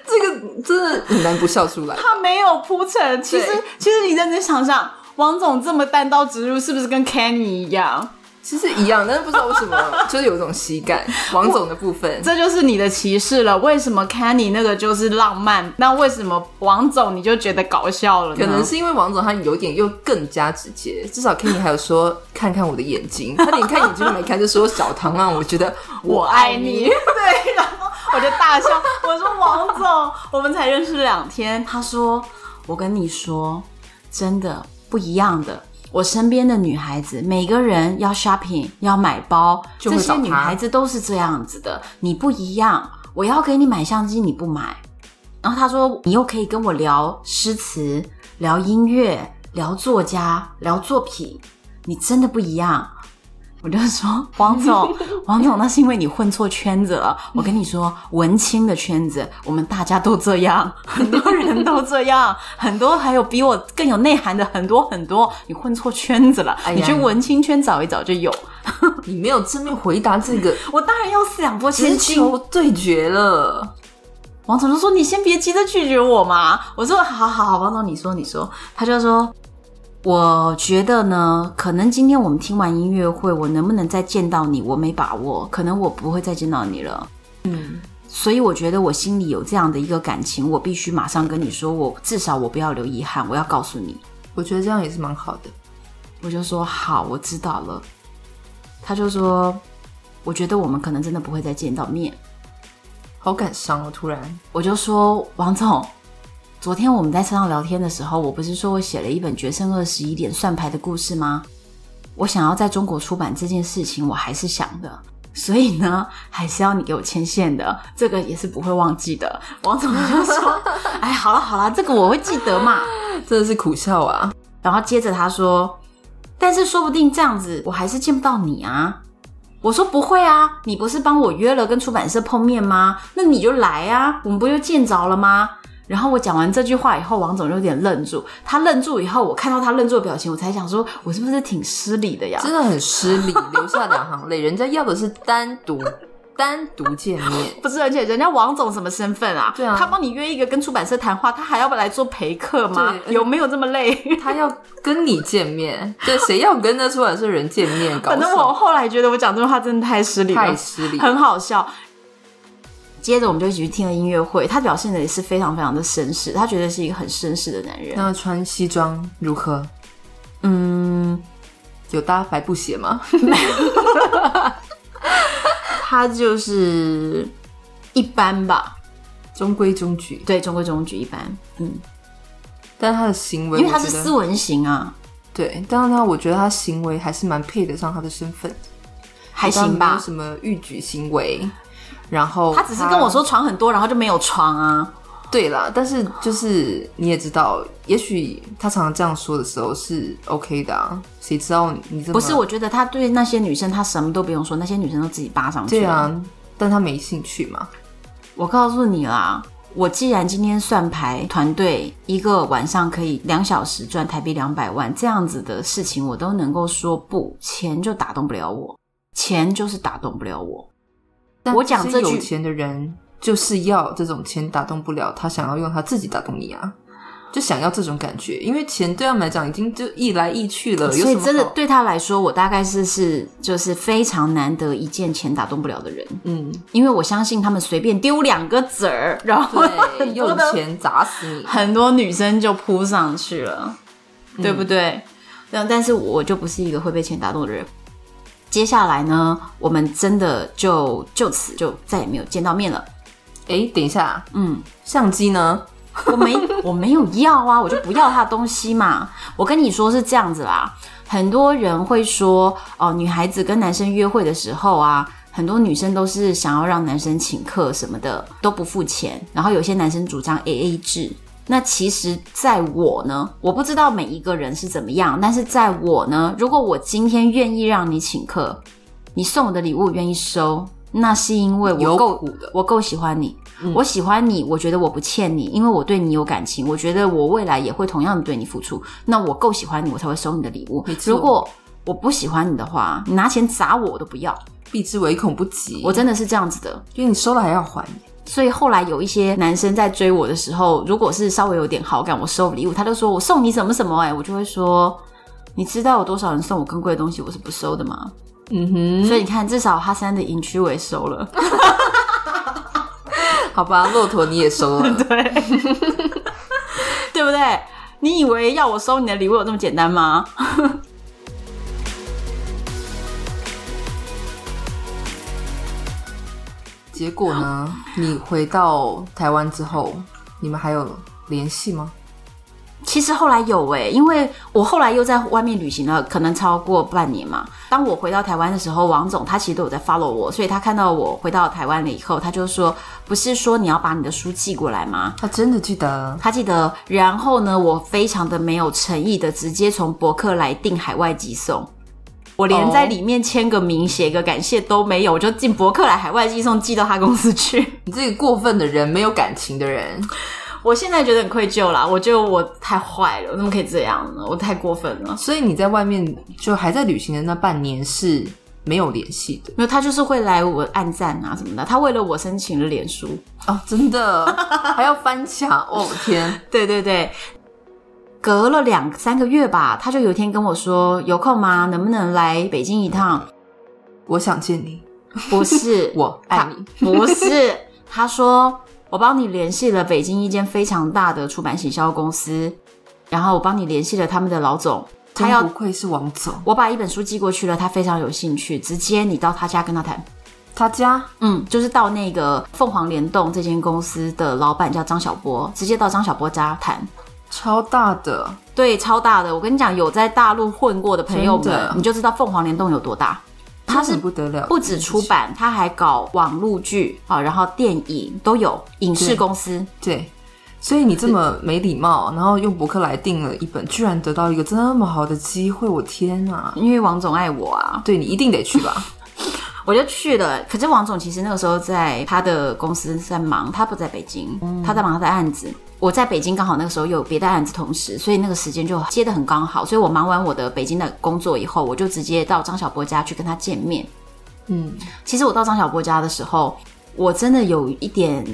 这个真的很难不笑出来。他没有铺陈。其实对，其实你认真想想，王总这么单刀直入，是不是跟 Kenny 一样？其实一样，但是不知道为什么，就是有一种喜感。王总的部分，这就是你的歧视了。为什么 Kenny 那个就是浪漫，那为什么王总你就觉得搞笑了呢？可能是因为王总他有点又更加直接，至少 Kenny 还有说看看我的眼睛，他连看眼睛都没看，就说小唐啊，我觉得我爱你，。 对，然后我就大笑，我说王总，我们才认识两天。他说，我跟你说，真的不一样的。我身边的女孩子，每个人要 shopping 要买包，就这会些找他女孩子都是这样子的。你不一样，我要给你买相机，你不买。然后他说，你又可以跟我聊诗词、聊音乐、聊作家、聊作品，你真的不一样。我就 说王总，王总，那是因为你混错圈子了。我跟你说，文青的圈子，我们大家都这样， 很多人都这样，很多还有比我更有内涵的很多很多，你混错圈子了。哎呀你去文青圈找一找就有。你没有正面回答这个，我当然要四两拨千直斤。球对决了。王总就说：“你先别急着拒绝我嘛。”我说：“好好好，王总，你说你说。”他就说：“我觉得呢，可能今天我们听完音乐会，我能不能再见到你，我没把握，可能我不会再见到你了。”嗯，所以我觉得我心里有这样的一个感情，我必须马上跟你说，我至少我不要留遗憾，我要告诉你。我觉得这样也是蛮好的。我就说好，我知道了。他就说，我觉得我们可能真的不会再见到面。好感伤哦，突然我就说王总，昨天我们在车上聊天的时候，我不是说我写了一本《决胜二十一点算牌》的故事吗？我想要在中国出版这件事情，我还是想的。所以呢， 还是要你给我牵线的，这个也是不会忘记的。王总就说：“ 哎，好了好了，这个我会记得嘛。”真的是苦笑啊。然后接着他说：“但是说不定这样子，我还是见不到你啊。”我说：“不会啊，你不是帮我约了跟出版社碰面吗？那你就来啊，我们不就见着了吗？”然后我讲完这句话以后，王总就有点愣住。他愣住以后，我看到他愣住的表情，我才想说，我是不是挺失礼的呀？真的很失礼，留下两行泪。人家要的是单 独单独见面，不是，而且人家王总什么身份啊？对啊他帮你约一个跟出版社谈话，他还要不来做陪客吗？对有没有这么累？ 他要跟你见面，对，谁要跟那出版社人见面？搞反什正我么？后来觉得我讲这句话真的太失礼了，太失礼了。很好笑。接着我们就一起去听了音乐会，他表现的也是非常非常的绅士，他觉得是一个很绅士的男人。那穿西装如何？嗯，有搭白布鞋 吗？他就是一般吧，中规中矩，对，中规中矩一般。嗯，但他的行为，因为他是我觉得斯文型啊，对，但是他我觉得他行为还是蛮配得上他的身份，还他行没有吧。什么逾矩行为。然后他只是跟我，说床很多，然后就没有床啊。对啦，但是就是你也知道，也许他常常这样说的时候是 OK 的啊，谁知道你这么不是，我觉得他对那些女生，他什么都不用说，那些女生都自己扒上去对了。啊，但他没兴趣嘛，我告诉你啦，我既然今天算牌团队一个晚上可以两小时赚台币两百万这样子的事情，我都能够说不，钱就打动不了我，钱就是打动不了我。但我讲这这些有句钱的人就是要这种钱打动不了他，想要用他自己打动你啊，就想要这种感觉，因为钱对他们来讲已经就一来一去了，呃所有什以么真的好对他来说，我大概是是就是非常难得一见钱打动不了的人， 嗯，因为我相信他们随便丢两个子儿，然后对，很多用的钱砸死你，很多女生就扑上去了，对不对？但但是我就不是一个会被钱打动的人。接下来呢，我们真的就就此就再也没有见到面了。哎，等一下，嗯，相机呢？我没 我没有要啊，我就不要他的东西嘛。我跟你说是这样子啦，很多人会说哦，女孩子跟男生约会的时候啊，很多女生都是想要让男生请客什么的都不付钱，然后有些男生主张 A A 制。那其实，在我呢，我不知道每一个人是怎么样，但是在我呢，如果我今天愿意让你请客，你送我的礼物我愿意收，那是因为我有够谱的我够喜欢你，嗯我喜欢你，我觉得我不欠你，因为我对你有感情，我觉得我未来也会同样的对你付出。那我够喜欢你，我才会收你的礼物没。错如果我不喜欢你的话，你拿钱砸我我都不要，避之唯恐不及。我真的是这样子的。因为你收了还要还，所以后来有一些男生在追我的时候，如果是稍微有点好感，我收礼物，他就说我送你什么什么、哎，我就会说，你知道有多少人送我更贵的东西，我是不收的吗？嗯哼，所以你看，至少哈三的隐区我也收了。 好吧，骆驼你也收了，对，对不对？你以为要我收你的礼物有这么简单吗？结果呢？你回到台湾之后，你们还有联系吗？其实后来有诶、因为我后来又在外面旅行了，可能超过半年嘛。当我回到台湾的时候，王总他其实都有在 follow 我，所以他看到我回到台湾了以后，他就说：“不是说你要把你的书寄过来吗？”他真的记得，他记得，然后呢，我非常的没有诚意的直接从博客来订海外寄送，我连哦在里面签个名、写个感谢都没有，我就进博客来海外寄送寄到他公司去。 你这个过分的人，没有感情的人，我现在觉得很愧疚啦，我觉得我太坏了，我怎么可以这样呢？我太过分了。所以你在外面就还在旅行的那半年是没有联系的没有，他就是会来我暗赞啊什么的，他为了我申请了脸书。哦，真的还要翻墙哦，天，对对对，隔了两三个月吧，他就有一天跟我说：“有空吗？能不能来北京一 趟我想见你，？”，不是我爱你，他不是，他说我帮你联系了北京一间非常大的出版行销公司，然后我帮你联系了他们的老总，他真不要愧是王总，我把一本书寄过去了，他非常有兴趣，直接你到他家跟他谈。他家嗯，就是到那个凤凰联动这间公司的老板叫张小波，直接到张小波家谈。超大的，对，超大的。我跟你讲，有在大陆混过的朋友真们的，你就知道凤凰联动有多大。他真是的不得了，不止出版，他还搞网络剧啊，然后电影都有，影视对公司。对，所以你这么没礼貌，然后用博客来订了一本，居然得到一个这么好的机会，我天哪！因为王总爱我啊，对你一定得去吧？我就去了。可是王总其实那个时候在他的公司在忙，他不在北京，他在忙他的案子。我在北京刚好那个时候有别的案子同时，所以那个时间就接的很刚好。所以我忙完我的北京的工作以后，我就直接到张小波家去跟他见面。 嗯，其实我到张小波家的时候，我真的有一点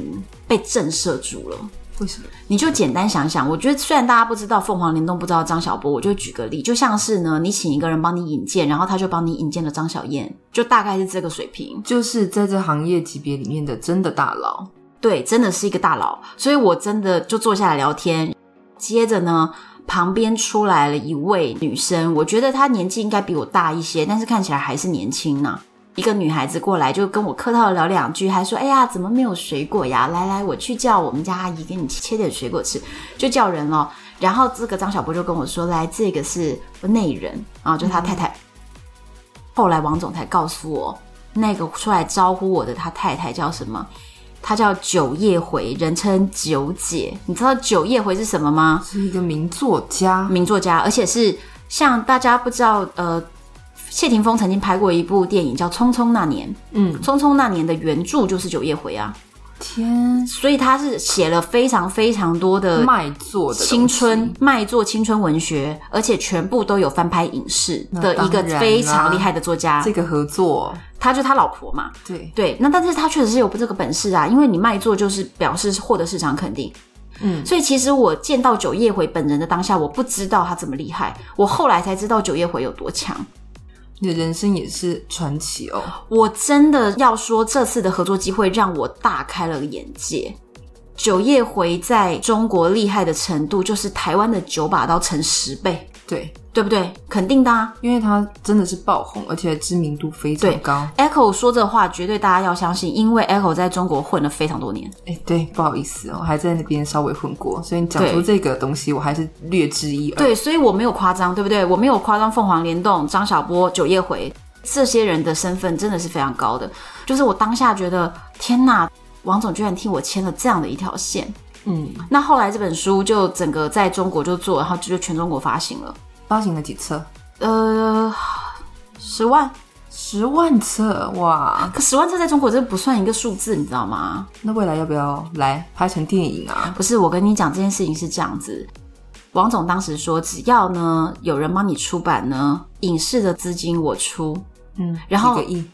被震慑住了。为什么？你就简单想想，我觉得虽然大家不知道凤凰联动，不知道张小波，我就举个例，就像是呢，你请一个人帮你引荐，然后他就帮你引荐了张小燕，就大概是这个水平。就是在这行业级别里面的真的大佬，对，真的是一个大佬，所以我真的就坐下来聊天。接着呢，旁边出来了一位女生，我觉得她年纪应该比我大一些，但是看起来还是年轻呢、一个女孩子过来就跟我客套地聊两句，还说：“哎呀，怎么没有水果呀？来来，我去叫我们家阿姨给你切点水果吃。”就叫人了。然后这个张小波就跟我说：“来，这个是内人啊，就是他太太。后来王总才告诉我，那个出来招呼我的他太太叫什么？它叫九叶回，人称九姐。你知道九叶回是什么吗？是一个名作家，名作家，而且是像大家不知道，呃，谢霆锋曾经拍过一部电影叫《匆匆那年》，嗯《匆匆那年》的原著就是九叶回啊，天，呃所以他是写了非常非常多的卖座的东西青春卖座青春文学，而且全部都有翻拍影视那的一个当然非常啦厉害的作家这，个合作，他就是他老婆嘛，对，对，那但是他确实是有这个本事啊，因为你卖座就是表示获得市场肯定。嗯所以其实我见到九叶回本人的当下，我不知道他这么厉害，我后来才知道九叶回有多强。你的人生也是传奇哦。我真的要说，这次的合作机会让我大开了眼界。九叶回在中国厉害的程度，就是台湾的九把刀乘十倍，对，对不对？肯定的啊。因为他真的是爆红，而且知名度非常对高。 Echo 说这话，绝对大家要相信，因为 Echo 在中国混了非常多年。哎，对，不好意思哦，我还在那边稍微混过，所以你讲对出这个东西，我还是略知一二。对，所以我没有夸张，对不对？我没有夸张凤凰联动、张小波、九叶回这些人的身份真的是非常高的。就是我当下觉得，天哪，王总居然替我牵了这样的一条线。嗯，那后来这本书就整个在中国就做，然后就全中国发行了，发行了几册？呃，十万，十万册哇！可十万册在中国这不算一个数字，你知道吗？那未来要不要来拍成电影啊？不是，我跟你讲这件事情是这样子。王总当时说，只要呢有人帮你出版呢，影视的资金我出，嗯，然后几个亿，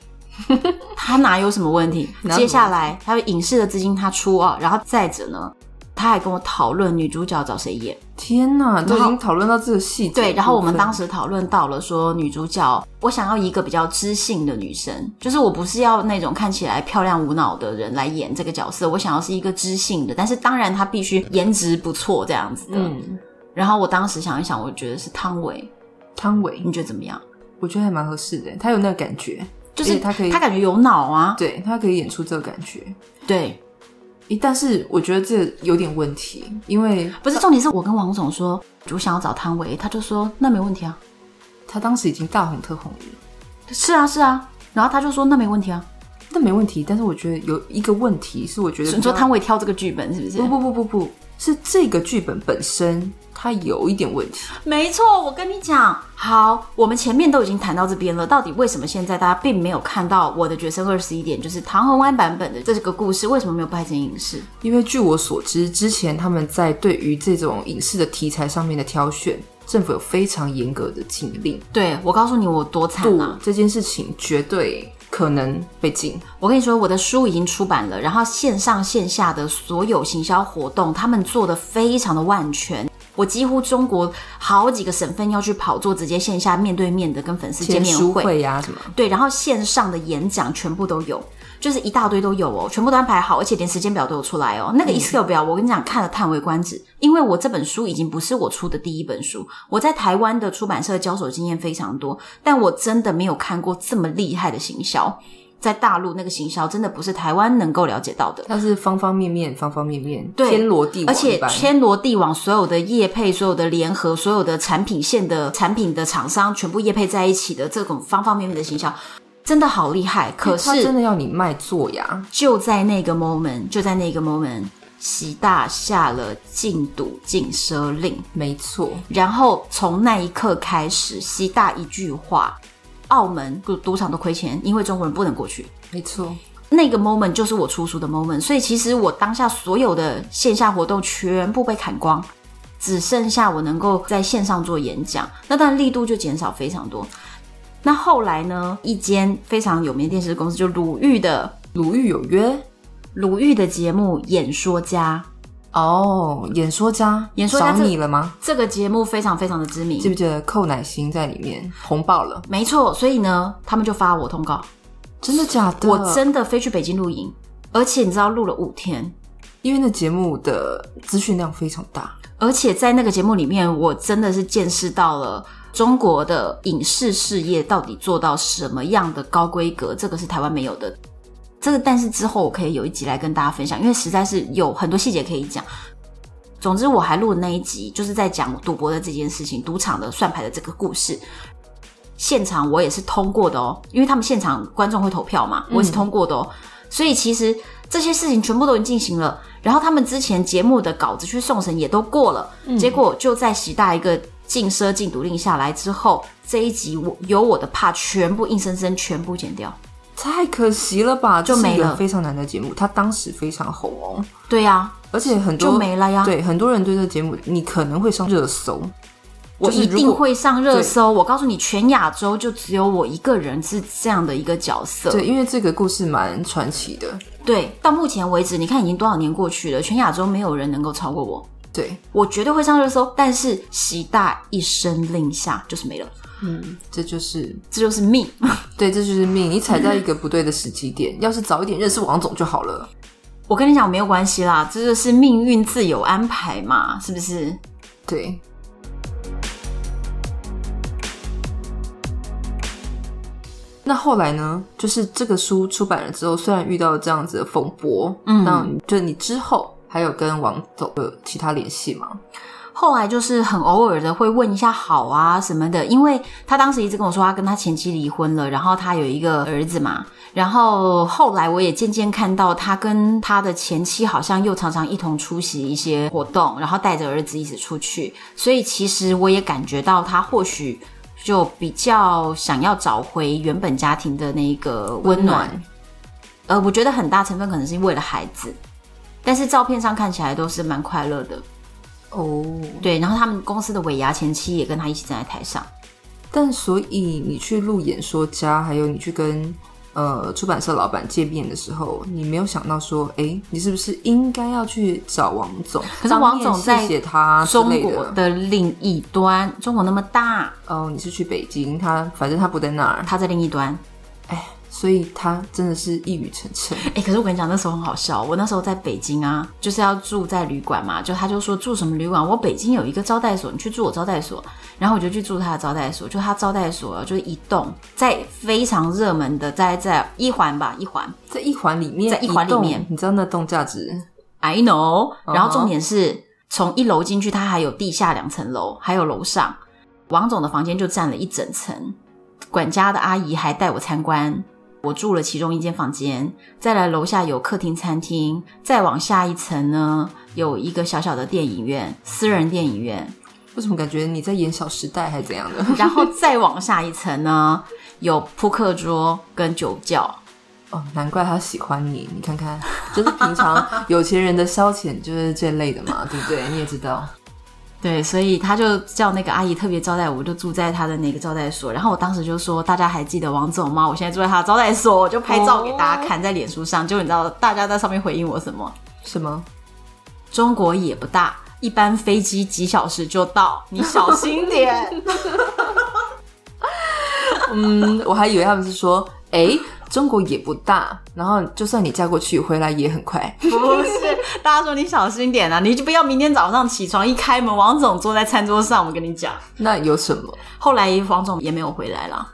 他哪有什么问题？哪有接下来还有影视的资金他出啊，然后再者呢，他还跟我讨论女主角找谁演。天哪，都已然后经讨论到这个细节。对，然后我们当，时讨论到了说，女主角我想要一个比较知性的女生，就是我不是要那种看起来漂亮无脑的人来演这个角色，我想要是一个知性的，但是当然她必须颜值不错这样子的。嗯，然后我当时想一想，我觉得是汤唯，汤唯，你觉得怎么样？我觉得还蛮合适的，他有那个感觉，就而是且她可以她感觉有脑啊，对他可以演出这个感觉。对，诶，但是我觉得这有点问题，因为不是重点是我跟王总说，我想要找汤唯，他就说那没问题啊。他当时已经大红特红了，是啊，是啊。然后他就说那没问题啊。那没问题。但是我觉得有一个问题是，我觉得你说比较汤唯挑这个剧啊本是不是？不不不不不，是这个剧本本身它有一点问题。没错，我跟你讲，好，我们前面都已经谈到这边了，到底为什么现在大家并没有看到我的《决胜二十一点》，就是唐红安版本的这个故事，为什么没有拍成影视？因为据我所知，之前他们在对于这种影视的题材上面的挑选，政府有非常严格的禁令，对我告诉你，我多惨不啊！嗯这件事情绝对可能被禁。我跟你说，我的书已经出版了，然后线上线下的所有行销活动，他们做的非常的万全。我几乎中国好几个省份要去跑，做直接线下面对面的跟粉丝见签面书会，会呀、什么？对，然后线上的演讲全部都有，就是一大堆都有哦，全部都安排好，而且连时间表都有出来哦。那个 Excel 表，我跟你讲，看了叹为观止，因为我这本书已经不是我出的第一本书，我在台湾的出版社交手经验非常多，但我真的没有看过这么厉害的行销。在大陆那个行销真的不是台湾能够了解到的，它是方方面面，方方面面，对天罗地而网一且般。天罗地网所有的业配、所有的联合、所有的产品线的产品的厂商，全部业配在一起的这种方方面面的行销，真的好厉害。可它是真的要你卖座呀，就在那个 moment，就在那个 moment，习大下了禁赌禁奢令，没错，然后从那一刻开始，习大一句话，澳门赌赌场都亏钱，因为中国人不能过去。没错。那个 moment 就是我出书的 moment，所以其实我当下所有的线下活动全部被砍光，只剩下我能够在线上做演讲，那当然力度就减少非常多。那后来呢，一间非常有名的电视公司就鲁豫的鲁豫有约鲁豫的节目《演说家》，哦，演说家，演说家找这你了吗？这个节目非常非常的知记名，不记得寇乃馨在里面红爆了？没错。所以呢，他们就发我通告，真的假的？我真的飞去北京露营，而且你知道录了五天，因为那节目的资讯量非常大，而且在那个节目里面，我真的是见识到了。中国的影视事业到底做到什么样的高规格？这个是台湾没有的。这个，但是之后我可以有一集来跟大家分享，因为实在是有很多细节可以讲。总之，我还录了那一集，就是在讲赌博的这件事情，赌场的算牌的这个故事。现场嗯我也是通过的哦，因为他们现场观众会投票嘛，我也是通过的哦。所以其实这些事情全部都已经进行了，然后他们之前节目的稿子去送审也都过了，嗯结果就在习大一个禁奢禁毒令下来之后，这一集我有我的怕全部硬生生全部剪掉。太可惜了吧，就这是没一个了非常难的节目，它当时非常红哦，对呀、而且很多就没了呀对，很多人对这个节目，你可能会上热搜，我就是一如定果会上热搜。我告诉你，全亚洲就只有我一个人是这样的一个角色。对，因为这个故事蛮传奇的。对到目前为止，你看已经多少年过去了，全亚洲没有人能够超过我。对，我绝对会上热搜，但是习大一声令下就是没了，嗯，这就是这就是命。 对，这就是命。你踩在一个不对的时机嗯点，要是早一点认识王总就好了。我跟你讲，没有关系啦，这就是命运自有安排嘛，是不是？对，那后来呢？就是这个书出版了之后，虽然遇到这样子的风波，嗯那就你之后还有跟王总有其他联系吗？后来就是很偶尔的会问一下好啊什么的，因为他当时一直跟我说他跟他前妻离婚了，然后他有一个儿呃子嘛，然后后来我也渐渐看到他跟他的前妻好像又常常一同出席一些活动，然后带着儿子一起出去，所以其实我也感觉到他或许就比较想要找回原本家庭的那个温暖，嗯呃，我觉得很大成分可能是为了孩子，但是照片上看起来都是蛮快乐的。哦，对，然后他们公司的尾牙前妻也跟他一起站在台上。但所以你去录演说家，还有你去跟呃出版社老板见面的时候，你没有想到说，哎、你是不是应该要去找王总？ 可是当王面总在谢谢他啊之中类国的。的另一端，中国那么大，哦，你是去北京，他反正他不在那儿，他在另一端。 哎，所以他真的是一语成谶。哎，可是我跟你讲，那时候很好笑。我那时候在北京啊，就是要住在旅馆嘛，就他就说住什么旅馆，我北京有一个招待所，你去住我招待所。然后我就去住他的招待所，就他招待所就是一栋在非常热门的，在在一环吧，一环。在一环里面，在一环里面栋你知道那栋价值 I know。嗯哼然后重点是从一楼进去，它还有地下两层楼，还有楼上。王总的房间就占了一整层，管家的阿姨还带我参观。我住了其中一间房间，再来楼下有客厅、餐厅，再往下一层呢有一个小小的电影院，私人电影院，为什么感觉你在演《小时代》还怎样的？ 然后再往下一层呢有扑克桌跟酒窖。哦，难怪他喜欢你，你看看，就是 平常有钱人的消遣就是这类的嘛，对不对？你也知道，对，所以他就叫那个阿姨特别招待我，就住在他的那个招待所。然后我当时就说，大家还记得王总吗？我现在住在他的招待所，我就拍照给大家看，在脸书上。结果你知道大家在上面回应我什么？什么？中国也不大，一般飞机几小时就到，你小心点。嗯，我还以为他们是说，哎，中国也不大，然后就算你嫁过去，回来也很快。 不是，大家说你小心点啊，你就不要明天早上起床一开门，王总坐在餐桌上。我跟你讲，那有什么？后来王总也没有回来啦。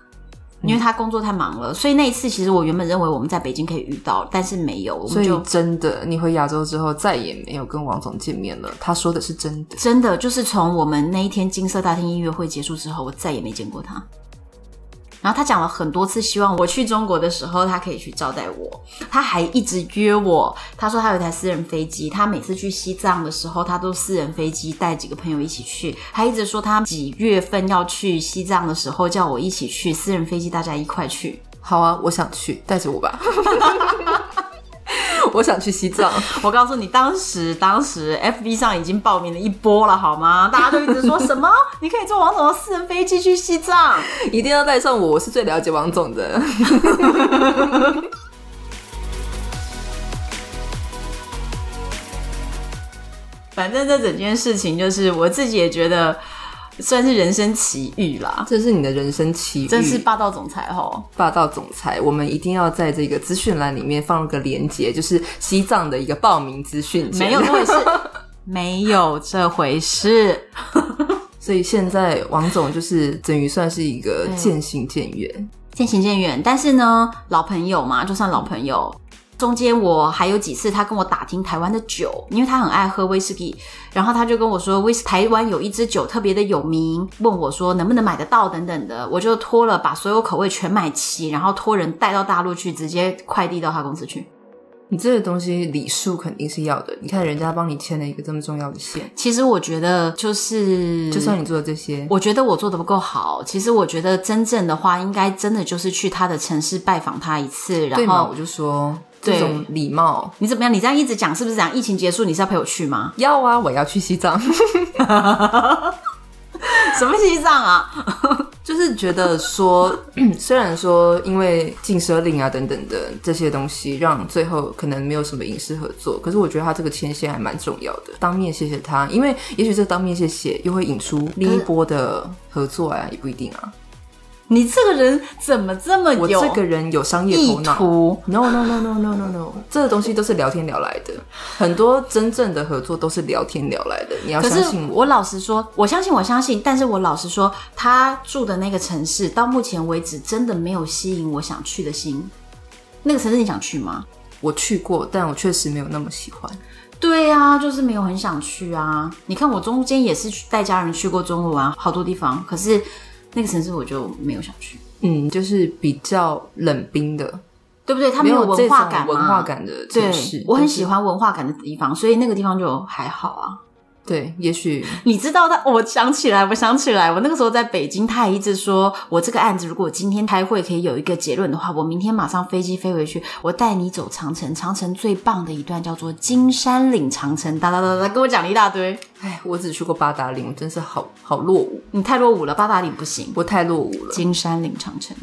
因为他工作太忙了，所以那一次其实我原本认为我们在北京可以遇到，但是没有，我所们就以真的，你回亚洲之后再也没有跟王总见面了。他说的是真的。真的就是从我们那一天金色大厅音乐会结束之后，我再也没见过他。然后他讲了很多次，希望我去中国的时候，他可以去招待我。他还一直约我，他说他有一台私人飞机，他每次去西藏的时候，他都私人飞机带几个朋友一起去。还一直说他几月份要去西藏的时候，叫我一起去私人飞机，大家一块去。好啊，我想去，带着我 吧。 我想去西藏，我告诉你，当时当时 FB 上已经报名了一波了，好吗？大家都一直说什么你可以坐王总的私人飞机去西藏。一定要带上我，我是最了解王总的。 反正这整件事情就是我自己也觉得算是人生奇遇啦，这是你的人生奇遇，真是霸道总裁吼！霸道总裁。我们一定要在这个资讯栏里面放入个连接，就是西藏的一个报名资讯。没有这回事，没有这回事。所以现在王总就是等于算是一个渐行渐远。渐行渐远，但是呢，老朋友嘛，就算老朋友。中间我还有几次，他跟我打听台湾的酒，因为他很爱喝威士忌，然后他就跟我说，威士台湾有一支酒特别的有名，问我说能不能买得到等等的，我就托了把所有口味全买齐，然后托人带到大陆去，直接快递到他公司去。你这个东西礼数肯定是要的。你看人家帮你牵了一个这么重要的线，其实我觉得就是，就算你做的这些，我觉得我做的不够好。其实我觉得真正的话，应该真的就是去他的城市拜访他一次，对然嘛？后我就说对这种礼貌你怎么样？你这样一直讲，是不是讲疫情结束你是要陪我去 吗？要啊，我要去西藏， 什么西藏啊？就是觉得说， 虽然说因为禁奢令啊等等的这些东西，让最后可能没有什么影视合作，可是我觉得他这个牵线还蛮重要的。当面谢谢他，因为也许这当面谢谢又会引出另一波的合作啊，也不一定啊。你这个人怎么这么我有这个人有商业意头脑。图？ No no no no no no no，这个东西都是聊天聊来的，很多真正的合作都是聊天聊来的，你要可相是信我。我老实说，我相信我相信，但是我老实说，他住的那个城市到目前为止真的没有吸引我想去的心。那个城市你想去吗？我去过，但我确实没有那么喜欢。对啊，就是没有很想去啊。你看我中间也是去带家人去过中国玩好多地方，可是那个城市我就没有想去，嗯，就是比较冷冰的，对不对？它没有这文化种感嘛，文化感的对城市，，我很但是喜。欢文化感的地方，所以那个地方就还好啊。对，也许你知道他，我想起来，我想起来，我那个时候在北京，他还一直说我这个案子，如果今天开会可以有一个结论的话，我明天马上飞机飞回去，我带你走长城。长城最棒的一段叫做金山岭长城，哒哒哒哒，跟我讲了一大堆。哎，我只去过八达岭，我真是好好落伍，你太落伍了，八达岭不行，我太落伍了。金山岭长城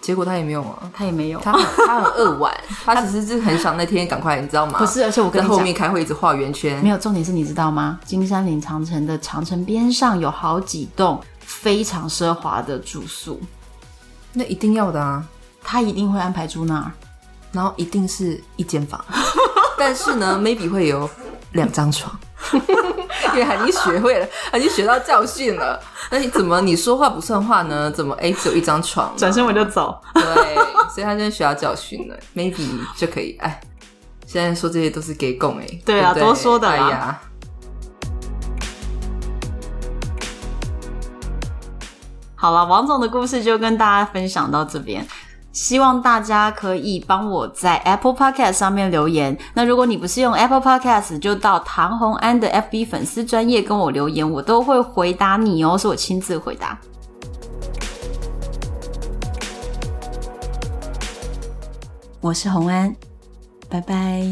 结果他也没有啊，他也没有。他 很他很扼腕，他其实是很想那天赶快，你知道吗？不是，而且我在跟你后讲，面开会一直画圆圈没，有重点是你知道吗？金山岭长城的长城边上有好几栋非常奢华的住宿，那一定要的啊。他一定会安排住那儿。然后一定是一间房， 但是呢，maybe 会有两张床， 因为他已经学会了，他已经学到教训了。那你怎么你说话不算话呢？怎么哎只有一张床呢？身我就走。对，所以他现在学到教训了，maybe 就可以哎。现在说这些都是给供哎，对啊不多说的哎啦呀。好了，王总的故事就跟大家分享到这边。希望大家可以帮我在 Apple Podcast 上面留言。那如果你不是用 Apple Podcast，就到唐红安的 FB 粉丝专业跟我留言，我都会回答你哦，是我亲自回答。我是红安，拜拜。